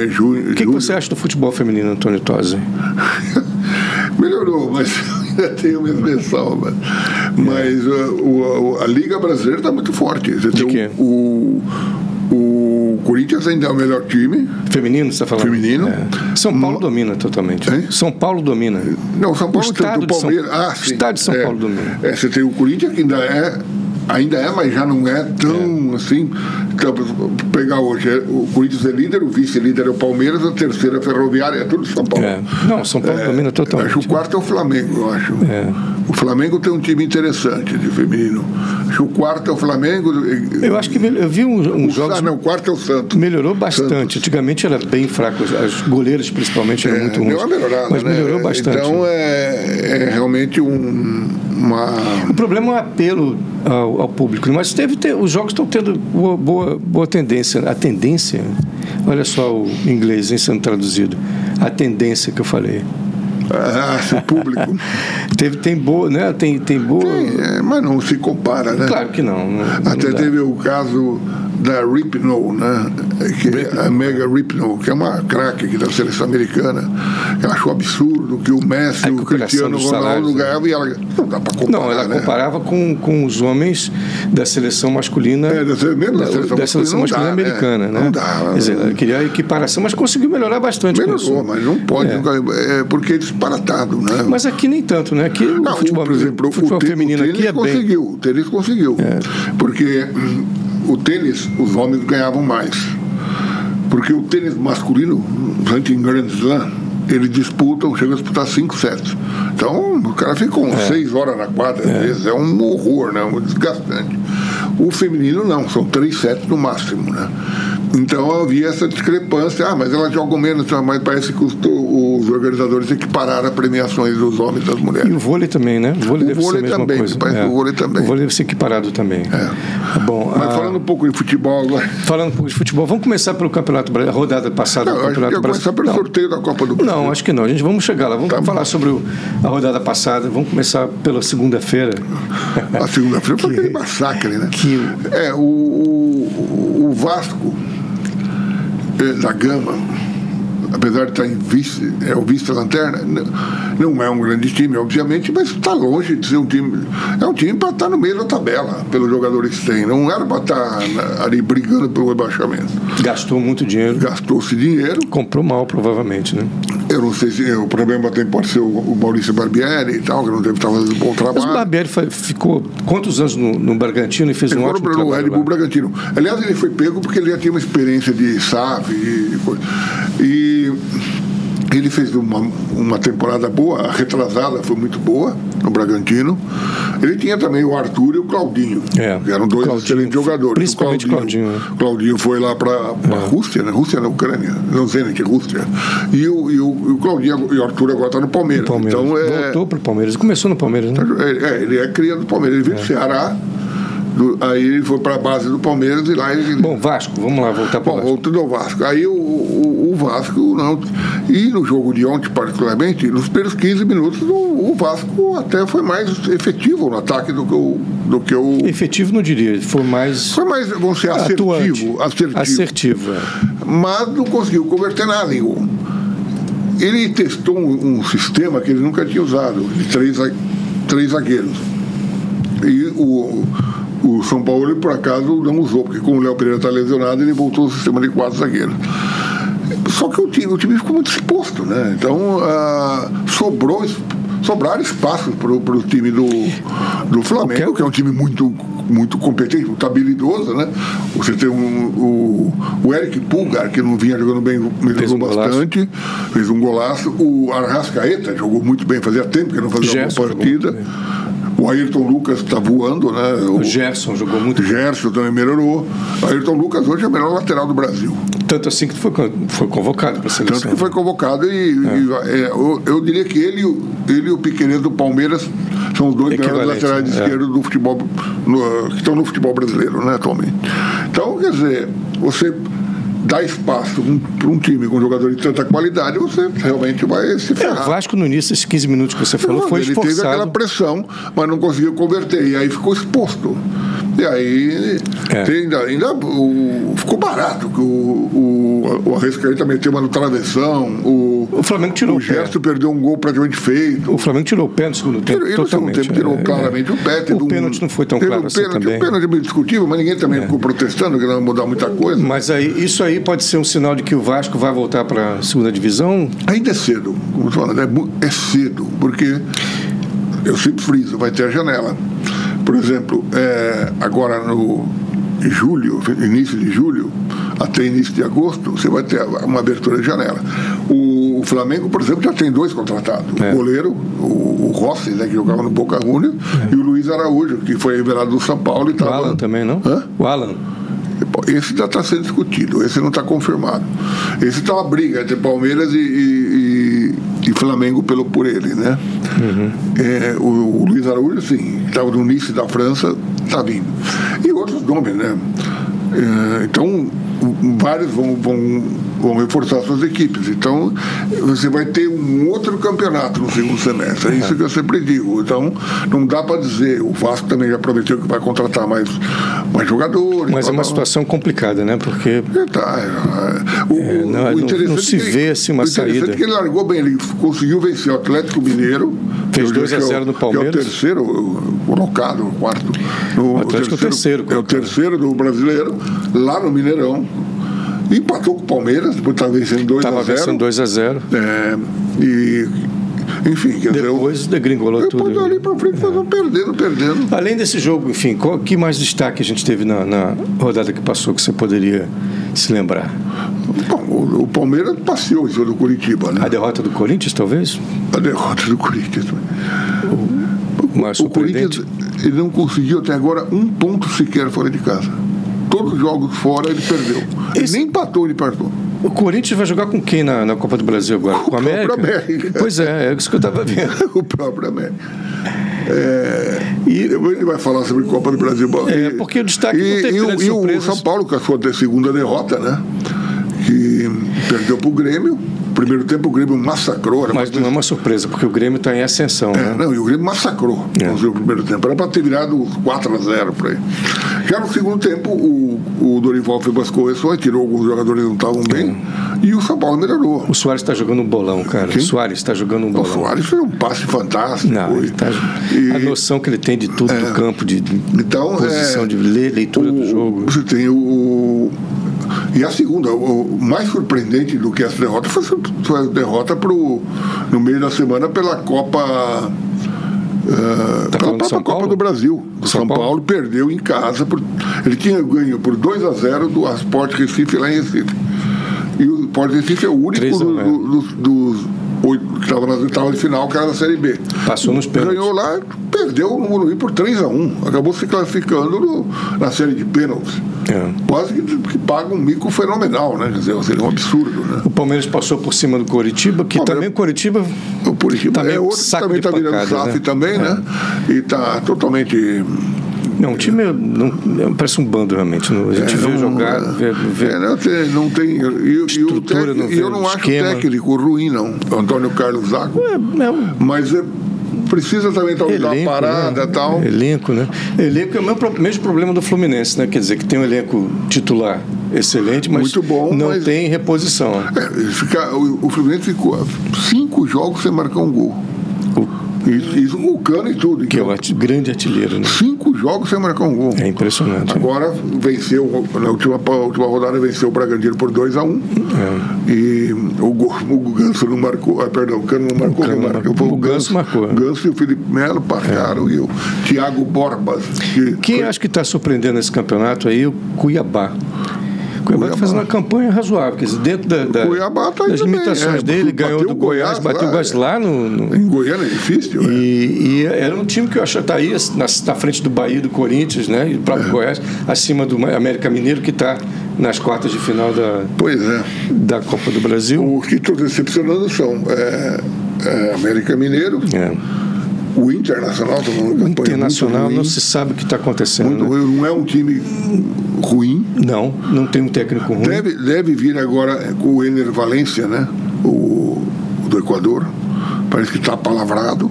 S2: é, junho,
S1: o que, que você acha do futebol feminino, Antônio Tosi?
S2: Melhorou, mas ainda tem uma expressão. Mas, mas uh, o, a, a, Liga Brasileira está muito forte. Você
S1: É. De
S2: tem o, o, o, Corinthians ainda é o melhor time.
S1: Feminino, você está falando?
S2: Feminino. Hum.
S1: É. São Paulo Mo... domina totalmente. Hein? São Paulo domina.
S2: Não, São Paulo é o
S1: estado
S2: do Palmeiras.
S1: São... Ah, sim. Estado de São
S2: é,
S1: Paulo domina.
S2: É, você tem o Corinthians que ainda é ainda é, mas já não é tão é. assim. Então, pegar hoje, o Corinthians é líder, o vice-líder é o Palmeiras, a terceira é Ferroviária, é tudo São Paulo. É.
S1: Não, São Paulo é, domina totalmente. É.
S2: Acho o quarto é o Flamengo, eu acho. O Flamengo tem um time interessante de feminino. Acho o quarto é o Flamengo.
S1: Eu acho que eu vi uns um, um jogos.
S2: Ah, não, o quarto é o Santos.
S1: Melhorou bastante. Santos. Antigamente era bem fraco, as goleiras principalmente eram muito ruins.
S2: É, Deu uma melhorada,
S1: mas
S2: né?
S1: melhorou bastante.
S2: Então é, realmente um, uma.
S1: O problema é o apelo ao, ao público. né? Mas teve, te, os jogos estão tendo boa, boa, boa tendência. A tendência, olha só o inglês hein, sendo traduzido. A tendência que eu falei.
S2: Ah, o público.
S1: teve, tem boa, né? Tem, tem boa. Tem,
S2: é, mas não se compara, né?
S1: Claro que não. não
S2: Até
S1: não
S2: teve o caso da Ripno, né? Que é a Mega Ripno, que é uma craque aqui da seleção americana. Ela achou absurdo que o Messi,
S1: a
S2: o Cristiano Ronaldo ganhavam e ela. Não dá para comparar.
S1: né? Não, ela
S2: né?
S1: comparava com, com os homens da seleção masculina.
S2: É, da, mesmo da, da seleção,
S1: da seleção masculina,
S2: masculina
S1: dá, americana,
S2: é,
S1: né?
S2: Não dá.
S1: Quer dizer, ela queria a equiparação, mas conseguiu melhorar bastante.
S2: Melhorou, mas não pode. É. Nunca, é porque é disparatado, né?
S1: Mas aqui nem tanto, né? Aqui
S2: não,
S1: o futebol,
S2: por exemplo, o
S1: futebol
S2: o
S1: feminino
S2: tênis
S1: aqui é
S2: conseguiu,
S1: bem. É.
S2: O tênis conseguiu. Porque hum, o tênis, os homens ganhavam mais. Porque o tênis masculino, durante em Grand Slam, eles disputam, chegam a disputar cinco sets. Então, o cara ficou é. seis horas na quadra, é. às vezes, é um horror, né? Um desgastante. O feminino não, são três sets no máximo, né? Então havia essa discrepância. Ah, mas elas jogam menos, ah, mas parece que os, os organizadores equipararam as premiações dos homens e das mulheres.
S1: E o vôlei também, né? O vôlei
S2: O
S1: deve
S2: vôlei
S1: ser a mesma
S2: também,
S1: coisa. É.
S2: parece que o vôlei também.
S1: O vôlei deve ser equiparado também.
S2: É.
S1: Bom,
S2: Mas
S1: ah,
S2: falando um pouco de futebol agora.
S1: falando um pouco de futebol, vamos começar pelo Campeonato Brasileiro, a rodada passada
S2: Não,
S1: do
S2: acho que
S1: Campeonato
S2: ia começar
S1: Brasileiro.
S2: pelo
S1: Não.
S2: sorteio da Copa do Brasil.
S1: Não, acho que não. A gente vamos chegar lá. Vamos
S2: Tá bom.
S1: falar sobre o- a rodada passada. Vamos começar pela segunda-feira.
S2: A segunda-feira foi aquele massacre, né?
S1: que-
S2: É, o, o, o Vasco eh, da Gama, apesar de estar em vice, é o vice-lanterna, n- não é um grande time, obviamente, mas está longe de ser um time. É um time para estar no meio da tabela, pelos jogadores que tem. Não era para estar na- ali brigando pelo rebaixamento.
S1: Gastou muito dinheiro.
S2: Gastou-se dinheiro,
S1: Comprou mal, provavelmente, né?
S2: eu não sei se eh, o problema tem, pode ser o, o Maurício Barbieri e tal, que não deve estar fazendo um bom
S1: Mas o
S2: trabalho.
S1: Barbieri fa- ficou quantos anos no, no Bragantino e fez um
S2: Ele
S1: ótimo
S2: foi no Red
S1: trabalho
S2: Bull
S1: lá.
S2: Bragantino. Aliás, ele foi pego porque ele já tinha uma experiência de SAF e coisa. E ele fez uma, uma temporada boa, a retrasada, foi muito boa no Bragantino. Ele tinha também o Arthur e o Claudinho,
S1: É,
S2: que eram dois
S1: Claudinho,
S2: excelentes jogadores.
S1: principalmente
S2: o Claudinho,
S1: Claudinho, né? É.
S2: Claudinho foi lá para a Rússia, né? Rússia na Ucrânia, não sei nem que Rússia. E o, e o, e o Claudinho e o Arthur agora estão no Palmeiras.
S1: Palmeiras.
S2: Então, é,
S1: Voltou para o Palmeiras. Começou no Palmeiras, né?
S2: ele é, ele é cria do Palmeiras. Ele veio do Ceará, do- aí ele foi para a base do Palmeiras e lá ele.
S1: Bom, Vasco, vamos lá voltar para o
S2: Bom,
S1: Vasco.
S2: voltando ao Vasco. Aí o, o- o Vasco não. E no jogo de ontem, particularmente, nos primeiros 15 minutos, o, o Vasco até foi mais efetivo no ataque do que o. Do que o
S1: Efetivo, não diria. Foi mais
S2: foi mais, vamos dizer, assertivo.
S1: atuante. Assertivo, é.
S2: mas não conseguiu converter nada em gol. Ele testou um, um sistema que ele nunca tinha usado, de três, za- três zagueiros. E o, o São Paulo, por acaso, não usou, porque como o Léo Pereira está lesionado, ele voltou ao sistema de quatro zagueiros. Só que o time, o time ficou muito exposto, né? Então, ah, sobrou, es- sobraram espaços para o time do, do Flamengo,
S1: Qualquer-
S2: que é um time muito, muito competente, muito habilidoso, né? Você tem um, o, o Eric Pulgar, que não vinha jogando bem, mas
S1: Fez
S2: jogou
S1: um golaço.
S2: bastante, fez um golaço. O Arrascaeta jogou muito bem, fazia tempo que não fazia uma
S1: Gerson
S2: boa
S1: jogou
S2: partida.
S1: muito
S2: O Ayrton Lucas está voando, né?
S1: O Gerson jogou muito.
S2: Gerson também melhorou. O Ayrton Lucas hoje é o melhor lateral do Brasil.
S1: Tanto assim que foi, con- foi convocado para a
S2: Tanto
S1: seleção.
S2: que foi convocado e, e- é, eu, eu diria que ele, e o- ele e o Piqueires do Palmeiras são os dois melhores
S1: Equivalentes,
S2: laterais
S1: né?
S2: esquerdos do futebol no- que estão no futebol brasileiro, né, atualmente. Então, quer dizer, você dá espaço para um time com um jogador de tanta qualidade, você realmente vai se
S1: É, o
S2: ferrar.
S1: Vasco, no início, esses 15 minutos que você falou,
S2: Não,
S1: foi
S2: ele teve aquela
S1: esforçado.
S2: pressão, mas não conseguiu converter. E aí ficou exposto. E aí
S1: É.
S2: tem ainda, ainda o- ficou barato que o, o, o Arrascaeta meteu uma no travessão, o,
S1: O Flamengo tirou
S2: o
S1: o pé.
S2: Gerson perdeu um gol praticamente feito.
S1: O Flamengo tirou o pé no segundo tempo.
S2: Ele no segundo
S1: totalmente.
S2: tempo tirou
S1: é,
S2: claramente o pé. teve
S1: O
S2: um-
S1: pênalti não foi tão
S2: teve
S1: claro
S2: um
S1: assim
S2: pênalti,
S1: também. É.
S2: Um pênalti meio discutível, mas ninguém também ficou protestando, que não ia mudar muita coisa.
S1: Mas aí, isso aí pode ser um sinal de que o Vasco vai voltar para a segunda divisão?
S2: Ainda é cedo, como eu tô falando, é, mu- é cedo, porque eu sempre friso, vai ter a janela. Por exemplo, é, agora no em julho, início de julho, até início de agosto, você vai ter uma abertura de janela. O, o Flamengo, por exemplo, já tem dois contratados.
S1: É.
S2: O goleiro, o, o Rossi, né, que jogava no Boca Juniors, e o Luiz Araújo, que foi revelado do São Paulo e
S1: É. O
S2: estava...
S1: Alan também, não?
S2: Hã?
S1: O Alan.
S2: Esse já está sendo discutido, esse não está confirmado. Esse está uma briga entre Palmeiras e, e- e- e Flamengo pelo, por ele, né?
S1: Uhum.
S2: É, o, o Luiz Araújo, sim, estava no início da França, está vindo. E outros nomes, né? É, então, o- vários vão, vão, vão reforçar suas equipes. Então, você vai ter um outro campeonato no segundo semestre. É
S1: Uhum.
S2: isso que eu sempre digo. Então, não dá para dizer. O Vasco também já prometeu que vai contratar mais, mais jogadores.
S1: Mas é uma
S2: tal, tal.
S1: situação complicada, né? Porque
S2: É, tá, é, o-
S1: É, não,
S2: o
S1: não-
S2: interessante
S1: não se
S2: é que ele-
S1: vê, assim, uma
S2: o interessante
S1: saída.
S2: é que ele largou bem, ele conseguiu vencer o Atlético Mineiro.
S1: Fez
S2: que
S1: 2 a
S2: hoje é o-
S1: 0 no
S2: que
S1: Palmeiras.
S2: É o terceiro o- colocado, o quarto. No-
S1: O Atlético é o terceiro
S2: É o
S1: colocado.
S2: terceiro do brasileiro, lá no Mineirão. E Empatou com o Palmeiras, depois estava vencendo 2
S1: estava
S2: a 0
S1: vencendo 2 a 0
S2: É, e, enfim, quer dizer, o-
S1: Depois degringolou
S2: depois
S1: tudo. né?
S2: dali pra frente, nós vamos perdendo, perdendo.
S1: Além desse jogo, enfim, qual que mais destaque a gente teve na, na rodada que passou que você poderia se lembrar?
S2: Bom, o, o Palmeiras passeou em cima do Curitiba, né?
S1: A derrota do Corinthians, talvez?
S2: A derrota do Corinthians.
S1: O mais
S2: O Corinthians
S1: surpreendente?
S2: ele não conseguiu até agora um ponto sequer fora de casa. todos os jogos fora ele perdeu. Esse... Nem empatou, ele empatou.
S1: O Corinthians vai jogar com quem na, na Copa do Brasil agora? Com, com a América?
S2: América?
S1: Pois é, é isso que eu estava vendo.
S2: o próprio América. É, e, depois ele vai falar sobre Copa do Brasil.
S1: É, e, porque o destaque e, não teve
S2: e,
S1: o,
S2: e o São Paulo, com a sua segunda derrota, né? Que perdeu para o Grêmio. Primeiro tempo o Grêmio massacrou.
S1: Mas não ter... é uma surpresa, porque o Grêmio está em ascensão. É, né?
S2: Não, e o Grêmio massacrou é. no primeiro tempo. Era para ter virado 4 a 0 por aí. Já no segundo tempo, o, o Dorival fez umas correções, tirou alguns jogadores que não estavam bem, é. e o São Paulo melhorou.
S1: O Soares está jogando um bolão, cara. Quem? O Soares está jogando um bolão.
S2: O Soares foi um passe fantástico.
S1: Não, ele tá... e... A noção que ele tem de tudo é. do campo, de, de então,
S2: É.
S1: posição, de leitura o... do jogo.
S2: Você tem o, e a segunda, o mais surpreendente do que essa derrota foi, foi a derrota pro, no meio da semana pela Copa. Uh, tá pela própria Copa Paulo? do Brasil. O São, São Paulo? Paulo? perdeu em casa. Por, ele tinha ganho por 2 a 0 do Asport Recife lá em Recife. E o Sport Recife é o único Três, do, do, dos, dos oito que estava na oitava de final, que era da Série B.
S1: Passou nos pênaltis.
S2: Ganhou lá, perdeu no Morumbi por 3 a 1 Acabou se classificando no, na série de pênaltis. É. Quase que, que, paga um mico fenomenal, né? Quer dizer, seria um absurdo, né?
S1: O Palmeiras passou por cima do Coritiba, que Palmeiras, também o Coritiba.
S2: O Coritiba também é outro saco que também está virando SAF né? também, é. né? E está totalmente
S1: não, o time é, não, parece um bando realmente. Não, a gente é, vê não, jogar. Vê, vê
S2: é, não tem. Não tem eu, estrutura, eu, eu, não eu não acho esquema. técnico ruim, não. Antônio Carlos Zago.
S1: É,
S2: Mas é, precisa também talvez elenco, dar uma parada
S1: um né?
S2: tal.
S1: Elenco, né? Elenco é o mesmo, mesmo problema do Fluminense, né? Quer dizer, que tem um elenco titular excelente, mas
S2: Muito bom,
S1: não
S2: mas...
S1: tem reposição. Né?
S2: É, Fica, o, o Fluminense ficou cinco jogos sem marcar um gol. Isso, isso com o Cano e tudo.
S1: Uh. Que então, é o grande artilheiro, né?
S2: Cinco jogos sem marcar um gol.
S1: É impressionante.
S2: Agora venceu, na última, última rodada venceu o Bragantino por 2x1. Um, é. E o, gol, o Ganso não marcou, ah, perdão, o Cano não marcou, o, Cano marcou,
S1: o, o Ganso, Ganso marcou. é.
S2: Ganso e o Felipe Melo marcaram é. e o Thiago Borbas.
S1: Que Quem foi... acho que está surpreendendo esse campeonato aí? é O Cuiabá. Cuiabá, Cuiabá. fazendo uma campanha razoável, quer dizer, dentro da, da,
S2: tá
S1: das limitações bem, é, dele, ganhou do Goiás, Goiás bateu o Goiás lá é. no, no...
S2: Em Goiânia é difícil.
S1: E, e, era um time que eu achava estaria tá na, na, frente do Bahia, do Corinthians, né? E do próprio é. Goiás, acima do América Mineiro, que está nas quartas de final da,
S2: pois é.
S1: da Copa do Brasil.
S2: O que estou decepcionando são é, América Mineiro.
S1: É.
S2: O Internacional tá tomando
S1: campanha. O Internacional não se sabe o que está acontecendo. Muito,
S2: né? Não é um time ruim.
S1: Não, não tem um técnico ruim.
S2: Deve, deve vir agora com o Ener Valência, né? O, o do Equador. Parece que está palavrado.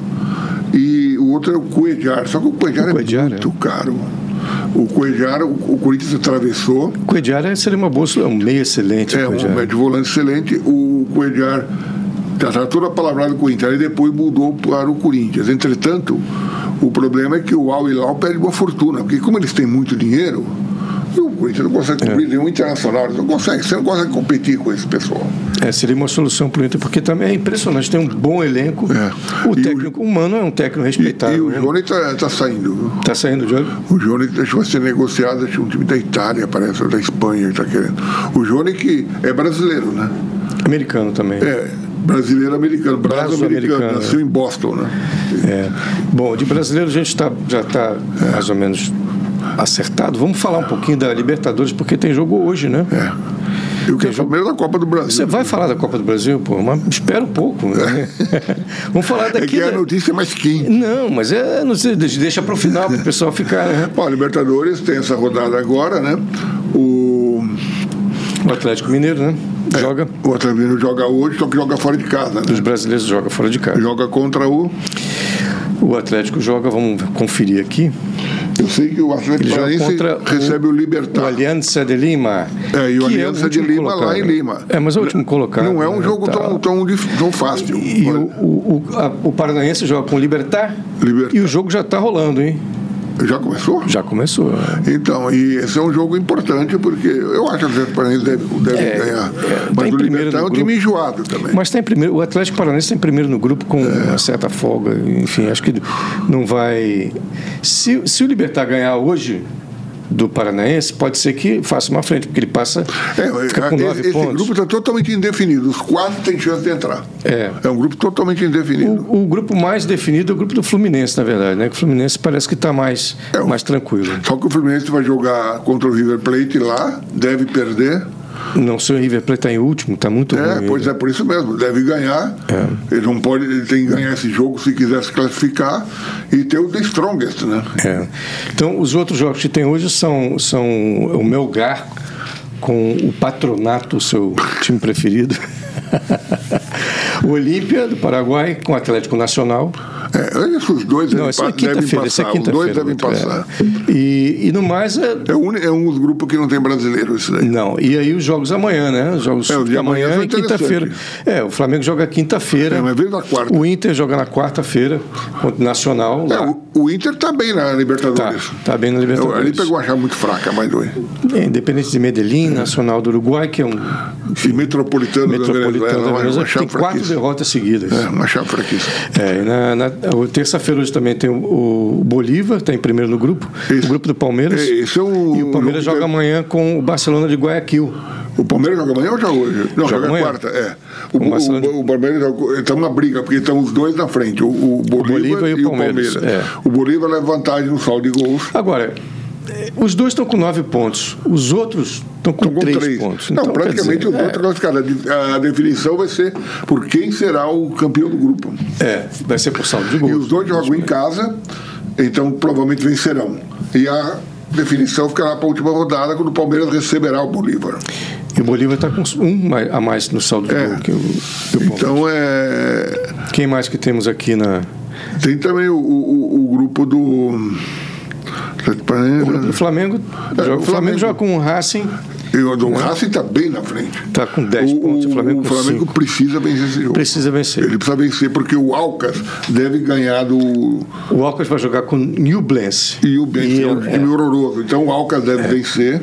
S2: E o outro é o Coediar. Só que o Coediar, é muito é. caro. O Coediar, o, o Corinthians atravessou. O
S1: Coediar seria uma boa, é um meio excelente.
S2: É, um médio volante excelente. O Coediar estava toda palavrada com o Inter e depois mudou para o Corinthians. Entretanto, o problema é que o Al Hilal perde uma fortuna, porque como eles têm muito dinheiro, o Corinthians não consegue cumprir é. nenhum internacional, não consegue, você não consegue competir com esse pessoal.
S1: É, seria uma solução para o Inter, porque também é impressionante, tem um bom elenco. É. O e técnico o, humano é um técnico respeitado. E, e
S2: o Johnny está tá saindo.
S1: Está saindo, Johnny?
S2: O Johnny deixou ser negociado, acho um time da Itália, parece, ou da Espanha que está querendo. O Johnny que é brasileiro, né?
S1: Americano também.
S2: É, brasileiro americano, brasileiro americano, nasceu em Boston, né?
S1: É. Bom, de brasileiro a gente tá, já está é. mais ou menos acertado. Vamos falar um pouquinho da Libertadores, porque tem jogo hoje, né?
S2: É. Eu quero jogo... primeiro da Copa do é Brasil.
S1: Você vai falar da Copa do Brasil, pô, mas espera um pouco. Né? É. Vamos falar daqui.
S2: É que é a notícia mais quente.
S1: Não, mas é, não sei, deixa para o final, para o pessoal ficar. Né?
S2: Bom, a Libertadores tem essa rodada agora, né? O.
S1: O Atlético Mineiro, né?
S2: É,
S1: joga.
S2: O Atlético Mineiro joga hoje, só que joga fora de casa. Né?
S1: Os brasileiros jogam fora de casa.
S2: Joga contra o.
S1: O Atlético joga, vamos conferir aqui.
S2: Eu sei que o Atlético Paranaense recebe o, o Libertar.
S1: O Aliança de Lima.
S2: Tá. É, e o Aliança é de Lima colocado. lá em Lima.
S1: É, mas é o último colocado.
S2: Não é um né? jogo tá. tão, tão, tão fácil.
S1: E, e o, o, a, o, Paranaense joga com o Libertar, Libertar. E o jogo já está rolando, hein?
S2: Já começou?
S1: Já começou.
S2: É. Então, e esse é um jogo importante, porque eu acho que o Atlético Paranaense deve, deve é, ganhar. É, mas tá o Libertar é um time enjoado também.
S1: Mas está em primeiro. O Atlético Paranaense está em primeiro no grupo
S2: É.
S1: com uma certa folga. Enfim, acho que não vai. Se, se o Libertar ganhar hoje, do Paranaense, pode ser que faça uma frente, porque ele passa.
S2: É,
S1: fica com nove
S2: esse
S1: pontos.
S2: grupo está totalmente indefinido. Os quatro têm chance de entrar.
S1: É.
S2: um grupo totalmente indefinido.
S1: O, o Um, grupo mais definido é o grupo do Fluminense, na verdade, né? Que o Fluminense parece que está mais,
S2: É, o-
S1: mais tranquilo.
S2: Só que o Fluminense vai jogar contra o River Plate lá, deve perder.
S1: Não, se o River Plate está em último, está muito
S2: É,
S1: ruim.
S2: pois é, por isso mesmo, deve ganhar.
S1: Uhum. É.
S2: Ele não pode, ele tem que ganhar esse jogo se quiser se classificar e ter o The Strongest, né?
S1: É. Então, os outros jogos que tem hoje são, são o Melgar com o Patronato, o seu time preferido. o Olímpia, do Paraguai, com o Atlético Nacional.
S2: É, olha, esses dois
S1: Não,
S2: devem
S1: essa é
S2: pa- devem
S1: quinta-feira. Essa é
S2: passar. Os
S1: quinta-feira.
S2: dois devem
S1: doutor, é.
S2: passar.
S1: E, e no mais, é-
S2: É, um, é um dos grupos que não tem brasileiro, isso daí.
S1: não. E aí os jogos amanhã, né? Os jogos
S2: É, os de
S1: de
S2: amanhã
S1: amanhã
S2: são
S1: e quinta-feira. É, o Flamengo joga quinta-feira.
S2: É, mas veio na quarta.
S1: O Inter joga na quarta-feira contra o Nacional.
S2: É,
S1: lá.
S2: o, o Inter tá bem na
S1: Tá,
S2: Libertadores.
S1: tá bem na
S2: Eu,
S1: Libertadores.
S2: ali pegou a chave muito fraca, mas dois.
S1: É, Independente de Medellín, Nacional do Uruguai, que é um
S2: E metropolitano,
S1: metropolitano
S2: da
S1: da
S2: Venezuela,
S1: Venezuela,
S2: uma
S1: que tem
S2: chave
S1: quatro
S2: fraquíssima.
S1: derrotas seguidas.
S2: É, uma chave fraquíssima.
S1: É, e na, na- o terça-feira hoje também tem o, o Bolívar, está em primeiro no grupo,
S2: Isso.
S1: o grupo do Palmeiras.
S2: É, esse é o
S1: e o Palmeiras
S2: jogo
S1: joga
S2: que- é-
S1: amanhã com o Barcelona de Guayaquil.
S2: O Palmeiras joga amanhã ou joga hoje? Não,
S1: Joga
S2: joga,
S1: amanhã.
S2: quarta, é. O,
S1: O Barcelona-
S2: o- o Palmeiras está é uma briga, porque estão os dois na frente, o, o Bolívar,
S1: Bolívar
S2: e o Palmeiras.
S1: é.
S2: O Bolívar leva vantagem no saldo de gols.
S1: Agora, eh, os dois estão com nove pontos, os outros estão com,
S2: Com
S1: três,
S2: três.
S1: pontos.
S2: Não,
S1: Então, quer
S2: praticamente
S1: dizer,
S2: os outros classificados. A de- A definição vai ser por quem será o campeão do grupo.
S1: é, é, vai ser por saldo de
S2: E
S1: gols.
S2: os dois jogam em casa, então provavelmente vencerão. E a definição ficará para a última rodada, quando o Palmeiras receberá o Bolívar.
S1: E o Bolívar está com um mai- a mais no saldo de
S2: É.
S1: gol que o, que o Palmeiras.
S2: Então é.
S1: Quem mais que temos aqui na,
S2: Tem também o, o- o grupo do. Atlético
S1: O
S2: Paranaense.
S1: Flamengo,
S2: É,
S1: joga-
S2: o
S1: o Flamengo
S2: Flamengo.
S1: joga com o Racing,
S2: E O do Racing está bem na frente.
S1: está com 10
S2: O,
S1: pontos, o Flamengo,
S2: o
S1: com
S2: Flamengo
S1: 5.
S2: precisa vencer esse jogo.
S1: Precisa vencer.
S2: Ele precisa vencer, porque o Alcas deve ganhar do.
S1: O Alcas vai jogar com o Newblense.
S2: E o Benz é um
S1: é,
S2: time horroroso. Então o Alcas deve vencer.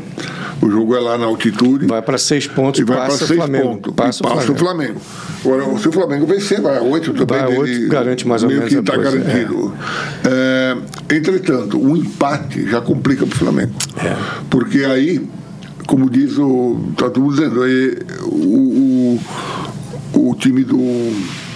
S2: O jogo é lá na altitude.
S1: vai para 6 pontos,
S2: e vai para
S1: passa o
S2: seis
S1: Flamengo.
S2: pontos.
S1: Passa
S2: e
S1: o
S2: passa o
S1: Flamengo.
S2: Flamengo. Agora, se o Flamengo vencer, vai a oito também.
S1: Vai a oito,
S2: ele
S1: garante mais ou
S2: meio
S1: menos
S2: que
S1: a
S2: está
S1: coisa,
S2: garantido. É, entretanto, o empate já complica para o Flamengo.
S1: É.
S2: Porque aí, como diz o. Está todo mundo dizendo, aí, o, o, o time do.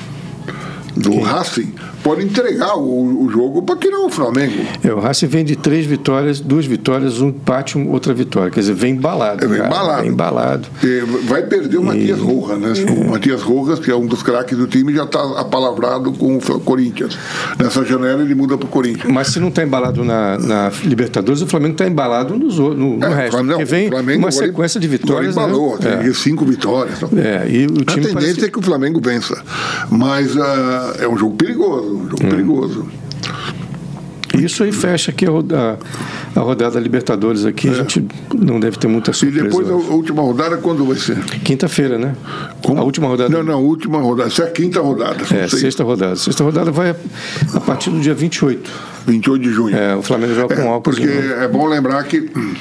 S2: Do Racing pode entregar o, o jogo para tirar o Flamengo.
S1: É, o Racing vem de três vitórias, duas vitórias, um empate, um- outra vitória. Quer dizer, vem embalado.
S2: É, vem
S1: cara,
S2: embalado.
S1: Vem embalado.
S2: É, Vai perder o Matias Rojas, né? O Matias Rojas, que é um dos craques do time, já está apalavrado com o Corinthians. Nessa janela ele muda para o Corinthians.
S1: Mas se não está embalado na, na Libertadores, o Flamengo está embalado nos, outros- no, no
S2: É,
S1: resto.
S2: Flamengo-
S1: porque vem
S2: Flamengo
S1: uma
S2: agora-
S1: sequência de vitórias.
S2: agora embalou,
S1: né?
S2: tem cinco vitórias. Então.
S1: É, e o
S2: A
S1: time
S2: tendência
S1: parece-
S2: é que o Flamengo vença. Mas ah, é um jogo perigoso, um
S1: Hum.
S2: jogo perigoso.
S1: Isso aí fecha aqui a, roda- a rodada Libertadores aqui. A gente não deve ter muita
S2: É. E
S1: surpresa.
S2: depois a
S1: hoje.
S2: última rodada, quando vai ser?
S1: Quinta-feira, né?
S2: Como?
S1: A última rodada.
S2: Não, não, a última rodada. Essa é a quinta rodada. são
S1: É,
S2: seis,
S1: sexta rodada. Sexta rodada vai a, a partir do dia 28.
S2: 28 de junho.
S1: É, o Flamengo joga com o Alcos.
S2: Porque
S1: né?
S2: é bom lembrar que hum,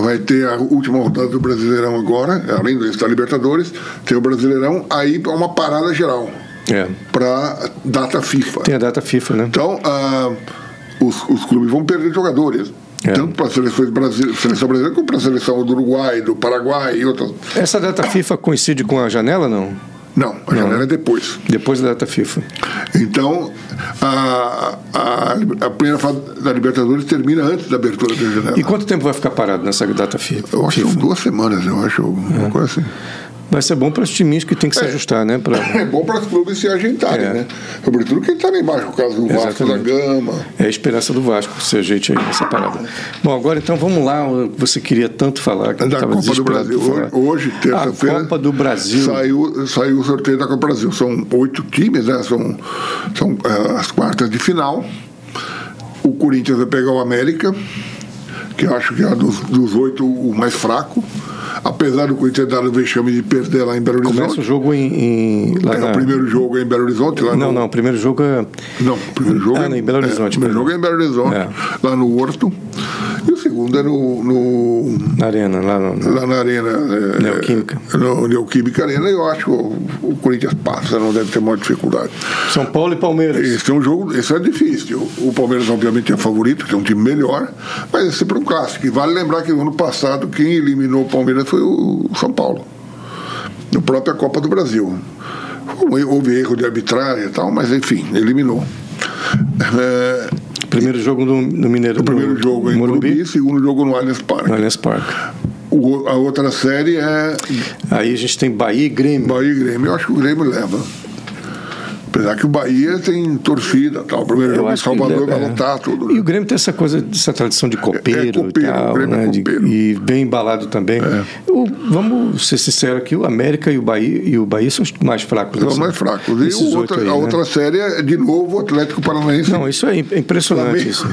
S2: vai ter a última rodada do Brasileirão agora, além do da Libertadores, tem o Brasileirão, aí é uma parada geral
S1: É.
S2: para data FIFA.
S1: Tem a data FIFA, né?
S2: Então, ah, os, os clubes vão perder jogadores.
S1: É.
S2: Tanto para a seleção brasileira como para a seleção do Uruguai, do Paraguai e outras.
S1: Essa data FIFA coincide com a janela, não?
S2: Não, a janela é depois.
S1: Depois da data FIFA.
S2: Então, a, a, a primeira fase da Libertadores termina antes da abertura da janela.
S1: E quanto tempo vai ficar parado nessa data FIFA?
S2: Eu acho que são duas semanas, eu acho,
S1: É.
S2: uma coisa assim.
S1: Vai ser bom para os timinhos que tem que se ajustar, né? Pra...
S2: É bom para os clubes se ajeitarem,
S1: É.
S2: né? Sobretudo quem está lá embaixo, o caso do Vasco da
S1: Exatamente.
S2: Gama.
S1: É a esperança do Vasco, se a gente aí nessa parada. Bom, agora então vamos lá, o que você queria tanto falar. Que
S2: Da
S1: tava
S2: Copa do
S1: desesperado
S2: Brasil.
S1: por falar.
S2: Hoje, hoje, terça-feira.
S1: A Copa do Brasil.
S2: Saiu, saiu o sorteio da Copa do Brasil. São oito times, né? São, são eh, as quartas de final. O Corinthians vai pegar o América, que eu acho que é dos, dos oito o mais fraco. Apesar do Corinthians dar o vexame de perder lá em Belo Horizonte.
S1: Começa o jogo em. em- lá
S2: É,
S1: na-
S2: o primeiro jogo é em Belo Horizonte, lá
S1: Não,
S2: no,
S1: não, o primeiro jogo é.
S2: Não, o primeiro jogo
S1: Ah, não, em Belo Horizonte,
S2: É, o primeiro
S1: perdão.
S2: jogo é em Belo Horizonte,
S1: É.
S2: lá no Horto. E o segunda no, no
S1: Na arena, lá no, no-
S2: lá na Arena. é,
S1: Neoquímica.
S2: No Neoquímica Arena, eu acho que o, o Corinthians passa, não deve ter maior dificuldade.
S1: São Paulo e Palmeiras.
S2: Esse é um jogo, esse é difícil. O Palmeiras, obviamente, é favorito, que é um time melhor, mas é sempre um clássico. E vale lembrar que no ano passado quem eliminou o Palmeiras foi o São Paulo, na própria Copa do Brasil. Houve erro de arbitragem e tal, mas enfim, eliminou. É,
S1: Primeiro jogo no, no Mineiro.
S2: o primeiro
S1: no
S2: jogo é em Morumbi,
S1: Morumbi.
S2: segundo jogo no Allianz Parque.
S1: no Allianz Parque.
S2: O- a outra série é
S1: Aí a gente tem Bahia e Grêmio.
S2: Bahia e Grêmio. Eu acho que o Grêmio leva. Apesar que o Bahia tem torcida, tal. O primeiro
S1: Eu
S2: jogo em
S1: acho que
S2: Salvador
S1: leva,
S2: vai
S1: é.
S2: lotar tudo. né? É,
S1: E o Grêmio tem essa coisa, essa tradição de copeiro,
S2: copeiro,
S1: e
S2: o
S1: tal,
S2: Grêmio é
S1: né? De-
S2: copeiro. É.
S1: e bem embalado também. O- vamos ser sinceros aqui, o América e o Bahia, e o Bahia são os mais fracos.
S2: São
S1: dessa-
S2: mais fracos. E
S1: desses oito
S2: o outra-
S1: aí,
S2: a
S1: né?
S2: outra série é, de novo, o Atlético Paranaense. é
S1: Não, isso é im- é impressionante. Isso.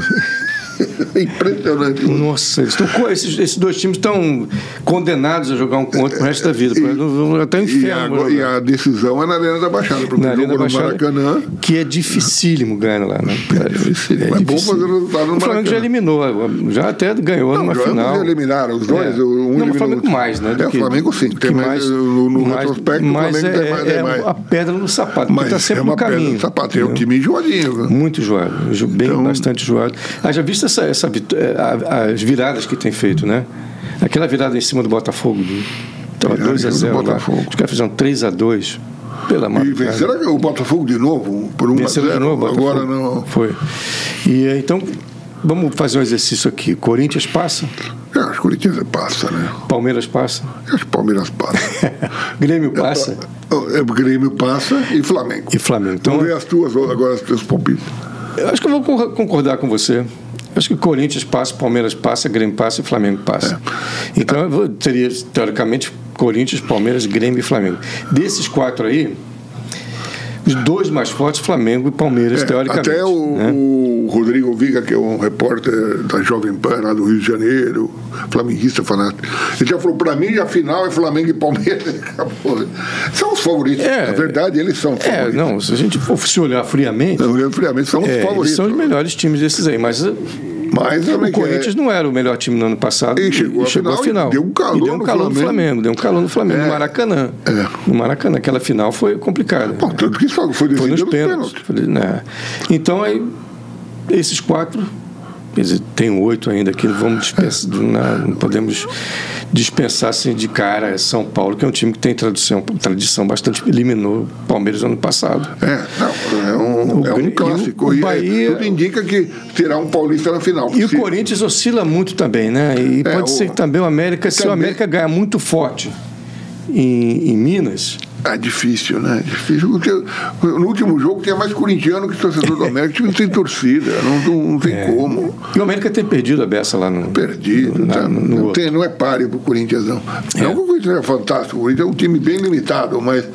S2: Impressionante.
S1: Nossa, eles tão co- esses, esses dois times estão condenados a jogar um contra o resto da vida. porque não- não- Até o
S2: É, E
S1: inferno.
S2: a,
S1: vão
S2: e
S1: jogar.
S2: a decisão é na Arena da Baixada. Porque
S1: né? Na
S2: o
S1: Arena
S2: jogo no
S1: Baixada,
S2: Maracanã.
S1: que é dificílimo ganhar lá, né? É, difícil,
S2: Mas é bom fazer o resultado no
S1: O Flamengo já
S2: Maracanã.
S1: eliminou, já até ganhou
S2: Não,
S1: numa
S2: já
S1: final.
S2: eliminaram os dois.
S1: É.
S2: o- Um
S1: não,
S2: eliminou
S1: o Flamengo
S2: outro.
S1: mais, né? do
S2: É, o
S1: que-
S2: Flamengo sim. Tem
S1: que
S2: mais, no no
S1: mais-
S2: retrospecto, o
S1: mas
S2: Flamengo
S1: é,
S2: tem mais. tem
S1: é
S2: mais.
S1: a pedra no sapato, porque
S2: Mas
S1: está sempre
S2: é uma
S1: no caminho.
S2: pedra no sapato. É um
S1: entendeu?
S2: time enjoadinho. viu?
S1: Muito joado, jo- bem,
S2: Então-
S1: bastante joado. Ah, já viste essa, essa vitu- eh, a- as viradas que tem feito, né? Aquela virada em cima do Botafogo. do- Tava
S2: Virada É, em cima do
S1: 2x0 lá.
S2: Botafogo.
S1: Os caras fizeram 3x2. Pela
S2: E
S1: madrugada.
S2: venceram o Botafogo de novo? Por um
S1: Venceu É. de novo, Botafogo.
S2: Agora não.
S1: Foi. E eh, então, vamos fazer um exercício aqui. Corinthians passa,
S2: É, acho que o Corinthians passa, né?
S1: Palmeiras passa,
S2: Acho que o Palmeiras passa.
S1: Grêmio passa
S2: É, O Grêmio passa e Flamengo.
S1: e Flamengo. Então,
S2: Vamos ver as tuas agora, as tuas palpites.
S1: eu acho que eu vou con- concordar com você. Eu Acho que Corinthians passa, Palmeiras passa, Grêmio passa e Flamengo passa.
S2: É.
S1: Então, eu vou- teria, teoricamente, Corinthians, Palmeiras, Grêmio e Flamengo. Desses quatro aí, os dois mais fortes, Flamengo e Palmeiras,
S2: É,
S1: teoricamente.
S2: até o,
S1: né?
S2: o Rodrigo Viga, que é um repórter da Jovem Pan, lá do Rio de Janeiro, flamenguista fanático, ele já falou: para mim, a final é Flamengo e Palmeiras. Acabou. né? São os favoritos.
S1: É.
S2: Na verdade, eles são os
S1: É,
S2: favoritos.
S1: não, se a gente for se olhar friamente,
S2: Na verdade, friamente, são os
S1: é, eles
S2: favoritos.
S1: são os melhores times desses aí, mas eh,
S2: Mas
S1: O
S2: também que
S1: Corinthians
S2: é,
S1: não era o melhor time no ano passado.
S2: E chegou à final e deu um calor
S1: E deu um
S2: no
S1: calor no
S2: Flamengo.
S1: Flamengo. Deu um calor no Flamengo,
S2: É.
S1: no Maracanã.
S2: É.
S1: No Maracanã. Aquela final foi complicada.
S2: Bom, tanto que só foi
S1: foi
S2: decidido
S1: nos
S2: nos
S1: pênaltis.
S2: pênaltis.
S1: Falei, né? Então, aí, esses quatro. Quer dizer, tem oito ainda aqui, não vamos dispensar, não, não podemos dispensar assim de cara São Paulo, que é um time que tem tradição, tradição bastante, eliminou o Palmeiras ano passado.
S2: É, não, é um,
S1: O
S2: é um
S1: Grê- e o-
S2: clássico.
S1: o
S2: e é-
S1: Bahia-
S2: tudo indica que terá um paulista na final.
S1: E o
S2: Se-
S1: Corinthians oscila muito também, né? E
S2: É,
S1: pode
S2: o-
S1: ser que também o América, se o
S2: Também-
S1: América ganhar muito forte em, em Minas,
S2: É difícil, né? É difícil. Porque no último jogo tinha mais corintiano que torcedor do América. O time não tem torcida, não, não- não
S1: É.
S2: tem como.
S1: e o América tem perdido a beça lá no.
S2: Perdido.
S1: Na-
S2: tá?
S1: no- no
S2: não,
S1: outro.
S2: tem, não é páreo pro Corinthians, não. Não que o Corinthians é fantástico. O Corinthians é um time bem limitado, mas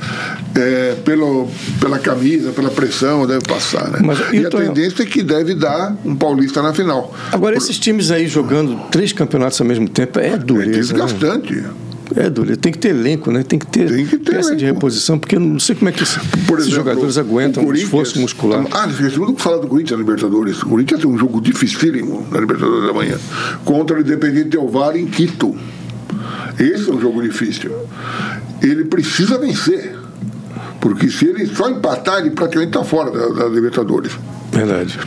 S2: é, pelo, pela camisa, pela pressão, deve passar, né?
S1: Mas, e
S2: e
S1: o
S2: a
S1: Tonhão?
S2: tendência é que deve dar um paulista na final.
S1: Agora, esses times aí jogando três campeonatos ao mesmo tempo é
S2: É
S1: dureza. né?
S2: desgastante.
S1: É dureza. Tem que ter elenco, né? Tem que ter,
S2: Tem que ter
S1: peça de
S2: elenco.
S1: reposição, porque eu não sei como é que esse-
S2: Por
S1: esses
S2: exemplo,
S1: jogadores aguentam o
S2: Corinthians-
S1: esforço muscular.
S2: Ah, esqueci nunca falar do Corinthians na Libertadores. O Corinthians tem um jogo dificílimo na Libertadores da manhã contra o Independiente Del Valle em Quito. Esse é um jogo difícil. Ele precisa vencer. Porque se ele só empatar, ele praticamente está fora da, da Libertadores.
S1: Verdade.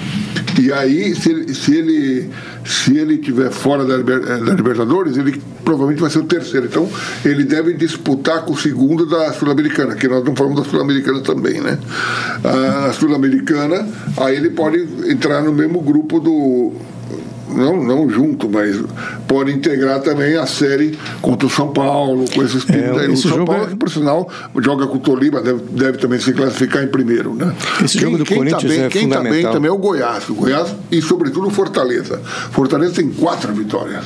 S2: E aí, se ele, se ele, se ele tiver fora da, Liber- eh, da Libertadores, ele provavelmente vai ser o terceiro. Então, ele deve disputar com o segundo da Sul-Americana, que nós não falamos da Sul-Americana também, né? A Sul-Americana, aí ele pode entrar no mesmo grupo do. Não, não junto, mas pode integrar também a série contra o São Paulo, com esses times.
S1: É,
S2: aí. o
S1: esse
S2: São
S1: jogo
S2: Paulo,
S1: é-
S2: que, por sinal, joga com o Tolima, deve, deve também se classificar em primeiro, né?
S1: Esse jogo do
S2: tá
S1: Corinthians
S2: bem,
S1: é
S2: quem tá bem
S1: fundamental.
S2: também é o Goiás. O Goiás e, sobretudo, o Fortaleza. Fortaleza tem quatro vitórias.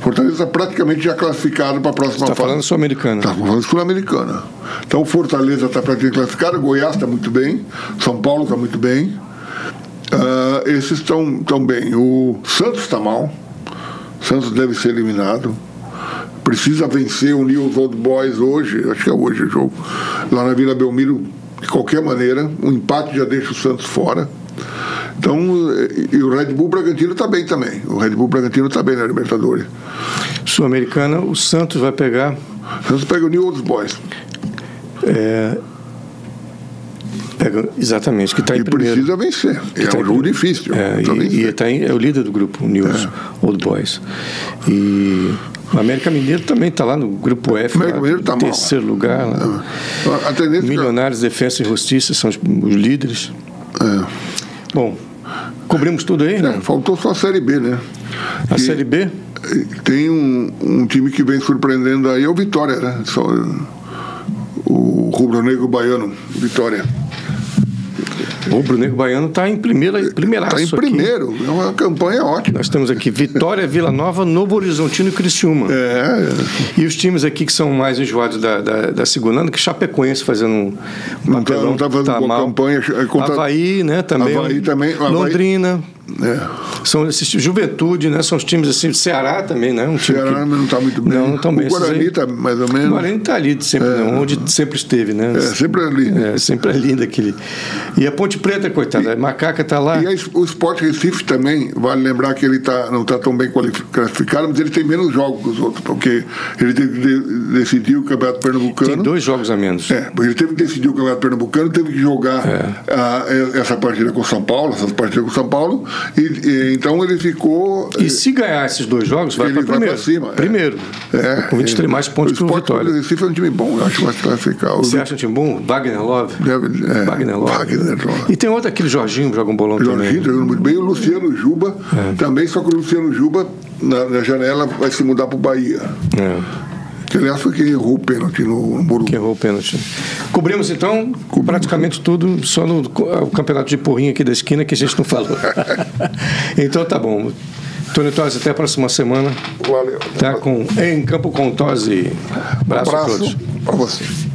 S2: Fortaleza praticamente já classificado para a próxima
S1: Está
S2: fase.
S1: Tá falando sul-americano.
S2: Tá falando sul-americana. Então, Fortaleza está praticamente classificado, Goiás está muito bem, São Paulo está muito bem. Ah, esses estão tão bem. O Santos está mal. Santos deve ser eliminado. Precisa vencer, unir os Old Boys hoje, acho que é hoje o jogo, lá na Vila Belmiro, de qualquer maneira. Um empate já deixa o Santos fora. Então, e o Red Bull Bragantino está bem também. O Red Bull Bragantino está bem na Libertadores.
S1: Sul-Americana, o Santos vai pegar.
S2: O Santos pega o New Old Boys.
S1: É, pega, exatamente, que está tá em
S2: e
S1: primeiro.
S2: precisa vencer.
S1: Que
S2: é
S1: tá
S2: um
S1: em
S2: jogo
S1: primeiro.
S2: difícil.
S1: É,
S2: Então,
S1: e,
S2: vencer.
S1: e tá em- é o líder do grupo, o News
S2: É.
S1: Old Boys. E o América Mineiro também está lá no grupo F,
S2: América
S1: lá,
S2: Mineiro tá
S1: em
S2: mal. É,
S1: terceiro lugar. Lá.
S2: a, a tendência
S1: Milionários, Defesa e Justiça são os, os líderes.
S2: é,
S1: Bom, cobrimos tudo aí,
S2: É,
S1: né?
S2: faltou só a Série B, né?
S1: A
S2: E-
S1: Série B,
S2: Tem um, um time que vem surpreendendo aí, é o Vitória, né? Só, o rubro-negro baiano, Vitória.
S1: o Brunego Baiano está em primeira, primeiraço
S2: Está Tá em
S1: aqui.
S2: primeiro, é uma campanha ótima.
S1: Nós temos aqui Vitória, Vila Nova, Novo Horizontino e Criciúma.
S2: É,
S1: E os times aqui que são mais enjoados da, da, da segunda ano, que Chapecoense fazendo um, um
S2: Não tá-
S1: papelão,
S2: não tá fazendo boa
S1: mal.
S2: campanha, é contra-
S1: Havaí, né, também.
S2: Havaí também, Havaí-
S1: Londrina,
S2: é.
S1: são esses, times- Juventude, né, são os times assim, Ceará também, né, um time
S2: Ceará
S1: que...
S2: não está muito bem.
S1: Não, não tão bem,
S2: O
S1: esses
S2: Guarani
S1: aí.
S2: está mais ou
S1: O
S2: menos.
S1: Guarani tá ali de sempre, não, onde sempre esteve, né?
S2: É, sempre ali.
S1: É, sempre é lindo aquele. E a Ponte Preta, coitada, a Macaca tá lá.
S2: E aí, o Sport Recife também, vale lembrar que ele tá, não está tão bem qualifi- classificado, mas ele tem menos jogos que os outros, porque ele teve que de- decidir o Campeonato Pernambucano.
S1: Tem dois jogos a menos.
S2: É, porque ele teve que decidir o Campeonato Pernambucano, teve que jogar
S1: É.
S2: ah, essa partida com o São Paulo, essa partida com o São Paulo, e, e então ele ficou.
S1: E se ganhar esses dois jogos, vai
S2: Ele
S1: para
S2: vai pra
S1: primeiro.
S2: cima, é.
S1: Primeiro.
S2: é,
S1: com 23 mais pontos que o
S2: Sport
S1: Vitória.
S2: do Recife é um time bom, eu acho que vai se classificar. O
S1: Você acha um time bom? Wagner Love?
S2: Deve- é,
S1: Wagner Love.
S2: Wagner Love.
S1: E tem outro, aquele Jorginho, que joga um bolão
S2: Jorginho tá
S1: também.
S2: jogando muito bem, o Luciano Juba também, só que o Luciano Juba, na, na janela, vai se mudar para o Bahia.
S1: É,
S2: Que, aliás, foi quem errou o pênalti no, no Morumbi.
S1: que errou o pênalti. Cobrimos, então, praticamente tudo, só no co- é, o campeonato de porrinha aqui da esquina que a gente não falou. então tá bom. Tony Tosi, até a próxima semana.
S2: Valeu.
S1: Tá com Em Campo com Tosi. Braço a todos.
S2: abraço para você.